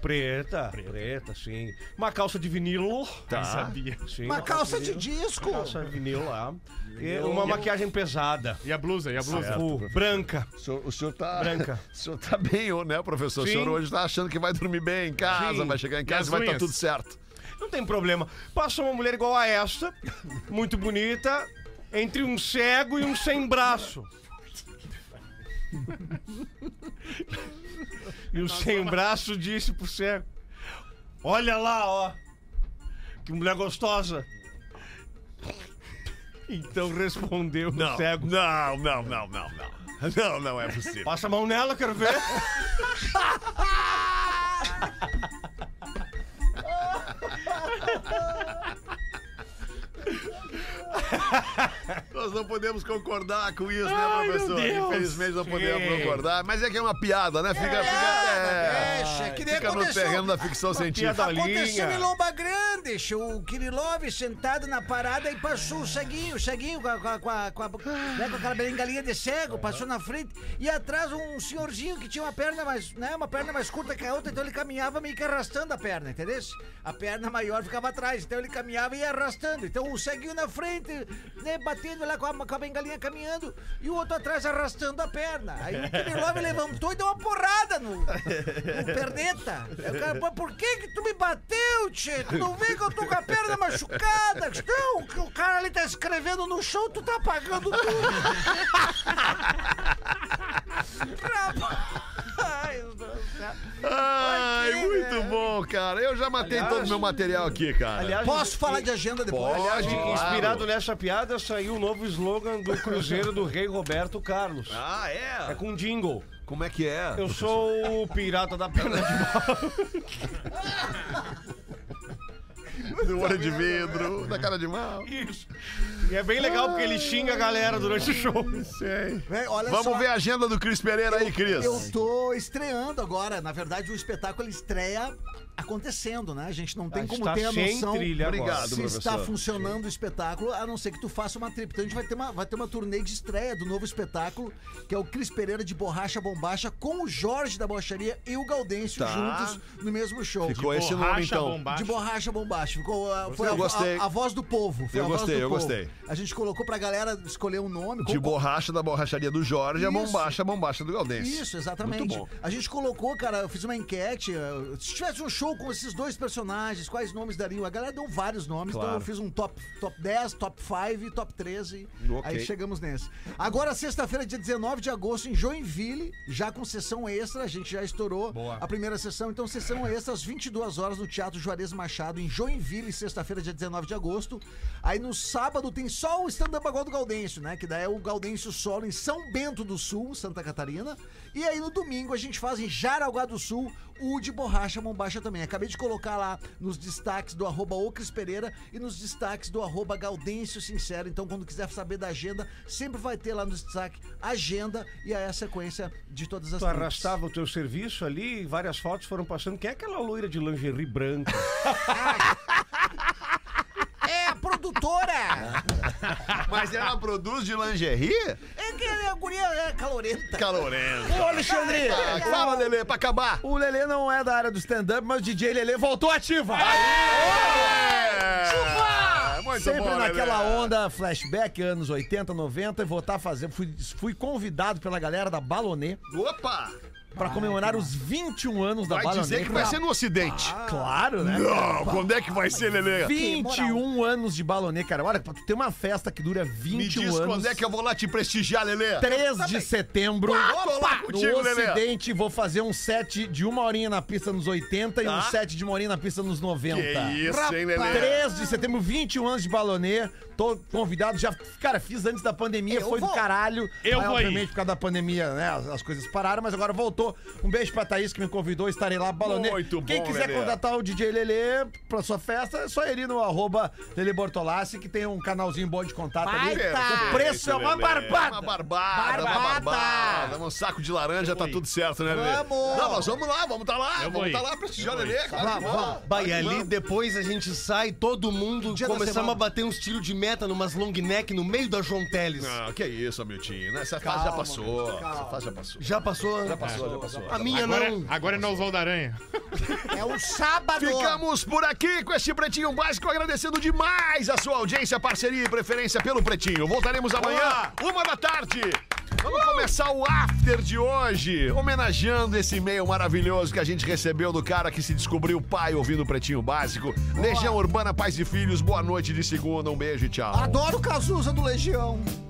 [SPEAKER 9] Preta, preta, sim. Uma calça de vinilo.
[SPEAKER 6] Não sabia.
[SPEAKER 9] Sim,
[SPEAKER 7] Uma calça de disco.
[SPEAKER 9] Calça de vinil lá. E uma maquiagem pesada.
[SPEAKER 6] E a blusa, e a blusa?
[SPEAKER 9] Safu, branca.
[SPEAKER 3] O senhor, o senhor tá.
[SPEAKER 9] Branca.
[SPEAKER 3] (laughs) O senhor tá bem, ô, né, professor? O senhor
[SPEAKER 9] Sim.
[SPEAKER 3] hoje tá achando que vai dormir bem em casa,
[SPEAKER 9] Sim.
[SPEAKER 3] vai chegar em
[SPEAKER 6] E
[SPEAKER 3] casa
[SPEAKER 6] as
[SPEAKER 3] e vai estar
[SPEAKER 6] unhas?
[SPEAKER 3] tudo certo.
[SPEAKER 9] Não tem problema. Passa uma mulher igual a esta, muito bonita, entre um cego e um sem braço. E o sem braço disse pro cego: Olha lá, ó. Que mulher gostosa. Então respondeu o cego:
[SPEAKER 3] Não, não, não, não, não. (laughs) Não, não é possível.
[SPEAKER 9] Passa a mão nela, quero ver.
[SPEAKER 3] Nós não podemos concordar com isso, né, professor? Infelizmente não podemos concordar. Mas é que é uma piada, né? Fica,
[SPEAKER 7] É,
[SPEAKER 3] fica,
[SPEAKER 7] deixa,
[SPEAKER 3] é,
[SPEAKER 7] que nem
[SPEAKER 3] fica no
[SPEAKER 7] aconteceu.
[SPEAKER 3] terreno da ficção científica.
[SPEAKER 7] Aconteceu
[SPEAKER 9] Linha.
[SPEAKER 7] em Lomba Grande, che- o Kirilov sentado na parada e passou o ceguinho, o ceguinho com, a, com, a- com, a- com, a- né, com aquela bengalinha de cego, passou na frente e atrás um senhorzinho que tinha uma perna mais, né, uma perna mais curta que a outra, então ele caminhava meio que arrastando a perna, entendeu? A perna maior ficava atrás, então ele caminhava e ia arrastando. Então o ceguinho na frente, né, batendo lá com a, com a bengalinha caminhando e o outro atrás arrastando a perna. Aí o Kirilov levantou e deu uma porrada no, no perneta. Aí o cara, "Pô, por que que tu me bateu, tchê? Tu não vê que eu tô com a perna machucada? Não, o que o cara ali tá escrevendo no chão, tu tá apagando tudo. Rapaz do céu.
[SPEAKER 3] Ai, muito bom, cara. Eu já matei
[SPEAKER 9] Aliás-
[SPEAKER 3] todo o meu material aqui, cara.
[SPEAKER 9] e-
[SPEAKER 3] Pode,
[SPEAKER 9] Aliás,
[SPEAKER 3] claro.
[SPEAKER 9] Inspirado nessa piada, saiu o novo slogan do Cruzeiro do Rei Roberto Carlos.
[SPEAKER 16] Ah, é?
[SPEAKER 9] É com jingle.
[SPEAKER 16] Como é que é?
[SPEAKER 9] Eu sou o pirata da perna de
[SPEAKER 3] Do olho de vidro, da cara de mal.
[SPEAKER 9] Isso. E é bem legal porque ele xinga a galera durante o show.
[SPEAKER 3] Sei.
[SPEAKER 7] Véi, olha
[SPEAKER 3] Vamos
[SPEAKER 7] só.
[SPEAKER 3] ver a agenda do Cris Pereira aí, Cris.
[SPEAKER 7] Eu tô estreando agora. Na verdade, o espetáculo ele estreia acontecendo, né? A gente não tem
[SPEAKER 9] A gente
[SPEAKER 7] como
[SPEAKER 9] tá
[SPEAKER 7] ter a
[SPEAKER 9] sem
[SPEAKER 7] noção
[SPEAKER 9] trilha agora.
[SPEAKER 7] se
[SPEAKER 9] Obrigado,
[SPEAKER 7] está
[SPEAKER 9] professor.
[SPEAKER 7] funcionando o espetáculo, a não ser que tu faça uma trip. Então a gente vai ter uma, vai ter uma turnê de estreia do novo espetáculo, que é o Cris Pereira de Borracha Bombacha com o Jorge da Bocharia e o Gaudêncio
[SPEAKER 3] Tá.
[SPEAKER 7] juntos no mesmo show.
[SPEAKER 3] Ficou De esse nome, Borracha então. Bombacha.
[SPEAKER 7] De Borracha Bombacha. Ficou, ah, foi
[SPEAKER 3] Eu
[SPEAKER 7] a,
[SPEAKER 3] gostei.
[SPEAKER 7] a- a voz do povo. Foi
[SPEAKER 3] Eu
[SPEAKER 7] a voz
[SPEAKER 3] gostei,
[SPEAKER 7] do
[SPEAKER 3] eu
[SPEAKER 7] povo.
[SPEAKER 3] gostei.
[SPEAKER 7] A gente colocou pra galera escolher um nome.
[SPEAKER 3] De
[SPEAKER 7] Qual-
[SPEAKER 3] borracha da borracharia do Jorge, a
[SPEAKER 7] Isso.
[SPEAKER 3] bombacha, a bombacha do Galdense.
[SPEAKER 7] Isso, exatamente.
[SPEAKER 3] Muito bom.
[SPEAKER 7] A gente colocou, cara, eu fiz uma enquete. eh, Se tivesse um show com esses dois personagens, quais nomes dariam? A galera deu vários nomes, então
[SPEAKER 8] Claro.
[SPEAKER 7] eu fiz um top, top 10, top 5, top 13.
[SPEAKER 8] Ok.
[SPEAKER 7] Aí chegamos nesse. Agora, sexta-feira, dia 19 de agosto, em Joinville, já com sessão extra, a gente já estourou a primeira sessão. Então, sessão extra às 22 horas no Teatro Juarez Machado, em Joinville, sexta-feira, dia 19 de agosto. Aí no sábado tem só o stand-up agora do Gaudêncio, né? Que daí é o Gaudêncio solo em São Bento do Sul, Santa Catarina. E aí no domingo a gente faz em Jaraguá do Sul o de borracha bombacha também. Acabei de colocar lá nos destaques do arroba Ocris Pereira e nos destaques do arroba Gaudêncio Sincero. Então, quando quiser saber da agenda, sempre vai ter lá no destaque agenda e aí a sequência de todas as
[SPEAKER 9] Tu
[SPEAKER 7] tribos.
[SPEAKER 9] arrastava o teu serviço ali e várias fotos foram passando. Quem é aquela loira de lingerie branca?
[SPEAKER 7] É a produtora!
[SPEAKER 3] Mas ela produz de lingerie?
[SPEAKER 7] é que a guria é calorenta.
[SPEAKER 3] Calorento.
[SPEAKER 17] Ô, Alexandre!
[SPEAKER 3] Ah, fala, Lelê, pra acabar.
[SPEAKER 17] O Lelê não é da área do stand-up, mas o DJ Lelê voltou ativa!
[SPEAKER 3] É, muito
[SPEAKER 17] Sempre
[SPEAKER 3] bom, né? Lelê.
[SPEAKER 17] naquela onda flashback, anos 80, 90, e vou estar fazendo. Fui, fui convidado pela galera da Balonê
[SPEAKER 3] Opa!
[SPEAKER 17] pra
[SPEAKER 7] um
[SPEAKER 17] comemorar os 21 anos da
[SPEAKER 3] Vai
[SPEAKER 17] Balonê.
[SPEAKER 3] dizer que vai ser no Ocidente.
[SPEAKER 17] Claro, né?
[SPEAKER 3] Não, quando é que vai ser, Lelê?
[SPEAKER 17] 21 anos de Balonê, cara. Olha, pra tu ter uma festa que dura 21
[SPEAKER 3] Me diz
[SPEAKER 17] anos.
[SPEAKER 3] quando é que eu vou lá te prestigiar, Lelê.
[SPEAKER 17] 3 de setembro,
[SPEAKER 3] Opa, tô lá contigo,
[SPEAKER 17] no
[SPEAKER 3] Lelê.
[SPEAKER 17] Ocidente, vou fazer um set de uma horinha na pista nos 80 e
[SPEAKER 3] Tá.
[SPEAKER 17] um set de uma horinha na pista nos 90.
[SPEAKER 3] Que isso, hein, Lelê?
[SPEAKER 17] 3 de setembro, 21 anos de balonê, tô convidado, já, cara, fiz antes da pandemia,
[SPEAKER 9] Eu
[SPEAKER 17] foi
[SPEAKER 9] vou.
[SPEAKER 17] do caralho.
[SPEAKER 9] Eu
[SPEAKER 17] Aí,
[SPEAKER 9] vou
[SPEAKER 17] obviamente,
[SPEAKER 9] ir.
[SPEAKER 17] por causa da pandemia, né, as, as coisas pararam, mas agora voltou. Um beijo pra Thaís que me convidou, estarei lá, balonê.
[SPEAKER 16] Muito
[SPEAKER 17] Quem
[SPEAKER 16] bom,
[SPEAKER 17] quiser
[SPEAKER 16] Lelê.
[SPEAKER 17] contratar o DJ Lelê pra sua festa, é só ir ali no arroba Lelê Bortolassi, que tem um canalzinho bom de contato ali.
[SPEAKER 3] Baita.
[SPEAKER 17] O preço é uma
[SPEAKER 3] Lelê.
[SPEAKER 17] barbada.
[SPEAKER 3] tá. Uma barbada, uma barbada. Um saco de laranja, tá tudo certo, né, Lelê?
[SPEAKER 11] Vamos.
[SPEAKER 3] Não, nós vamos lá, vamos estar lá.
[SPEAKER 11] Eu vou
[SPEAKER 3] vamos
[SPEAKER 11] ir.
[SPEAKER 3] estar lá prestigiar o Lelê, claro que
[SPEAKER 11] Vamos,
[SPEAKER 3] vamos.
[SPEAKER 11] vamos. Bah, e
[SPEAKER 3] Claro que
[SPEAKER 11] ali
[SPEAKER 3] vamos.
[SPEAKER 11] depois a gente sai, todo mundo,
[SPEAKER 3] Dia da
[SPEAKER 11] começamos
[SPEAKER 3] semana.
[SPEAKER 11] a bater uns tiros de meta numas long neck no meio da João Teles.
[SPEAKER 3] Não, Ah, que isso, Amiltinho. né? Essa fase
[SPEAKER 11] Calma,
[SPEAKER 3] já passou.
[SPEAKER 11] cara, calma.
[SPEAKER 3] Essa fase já passou.
[SPEAKER 11] Já passou?
[SPEAKER 3] Já passou, já passou.
[SPEAKER 11] A minha
[SPEAKER 3] Agora-
[SPEAKER 6] é,
[SPEAKER 11] não. Agora não usou da aranha.
[SPEAKER 7] É o sábado.
[SPEAKER 3] Ficamos por aqui com este Pretinho Básico, agradecendo demais a sua audiência, parceria e preferência pelo Pretinho. Voltaremos amanhã, uma da tarde. Vamos começar o after de hoje, homenageando esse e-mail maravilhoso que a gente recebeu do cara que se descobriu pai ouvindo o Pretinho Básico. Legião Urbana, pais e filhos, boa noite de segunda, um beijo e tchau.
[SPEAKER 7] Adoro o Cazuza do Legião.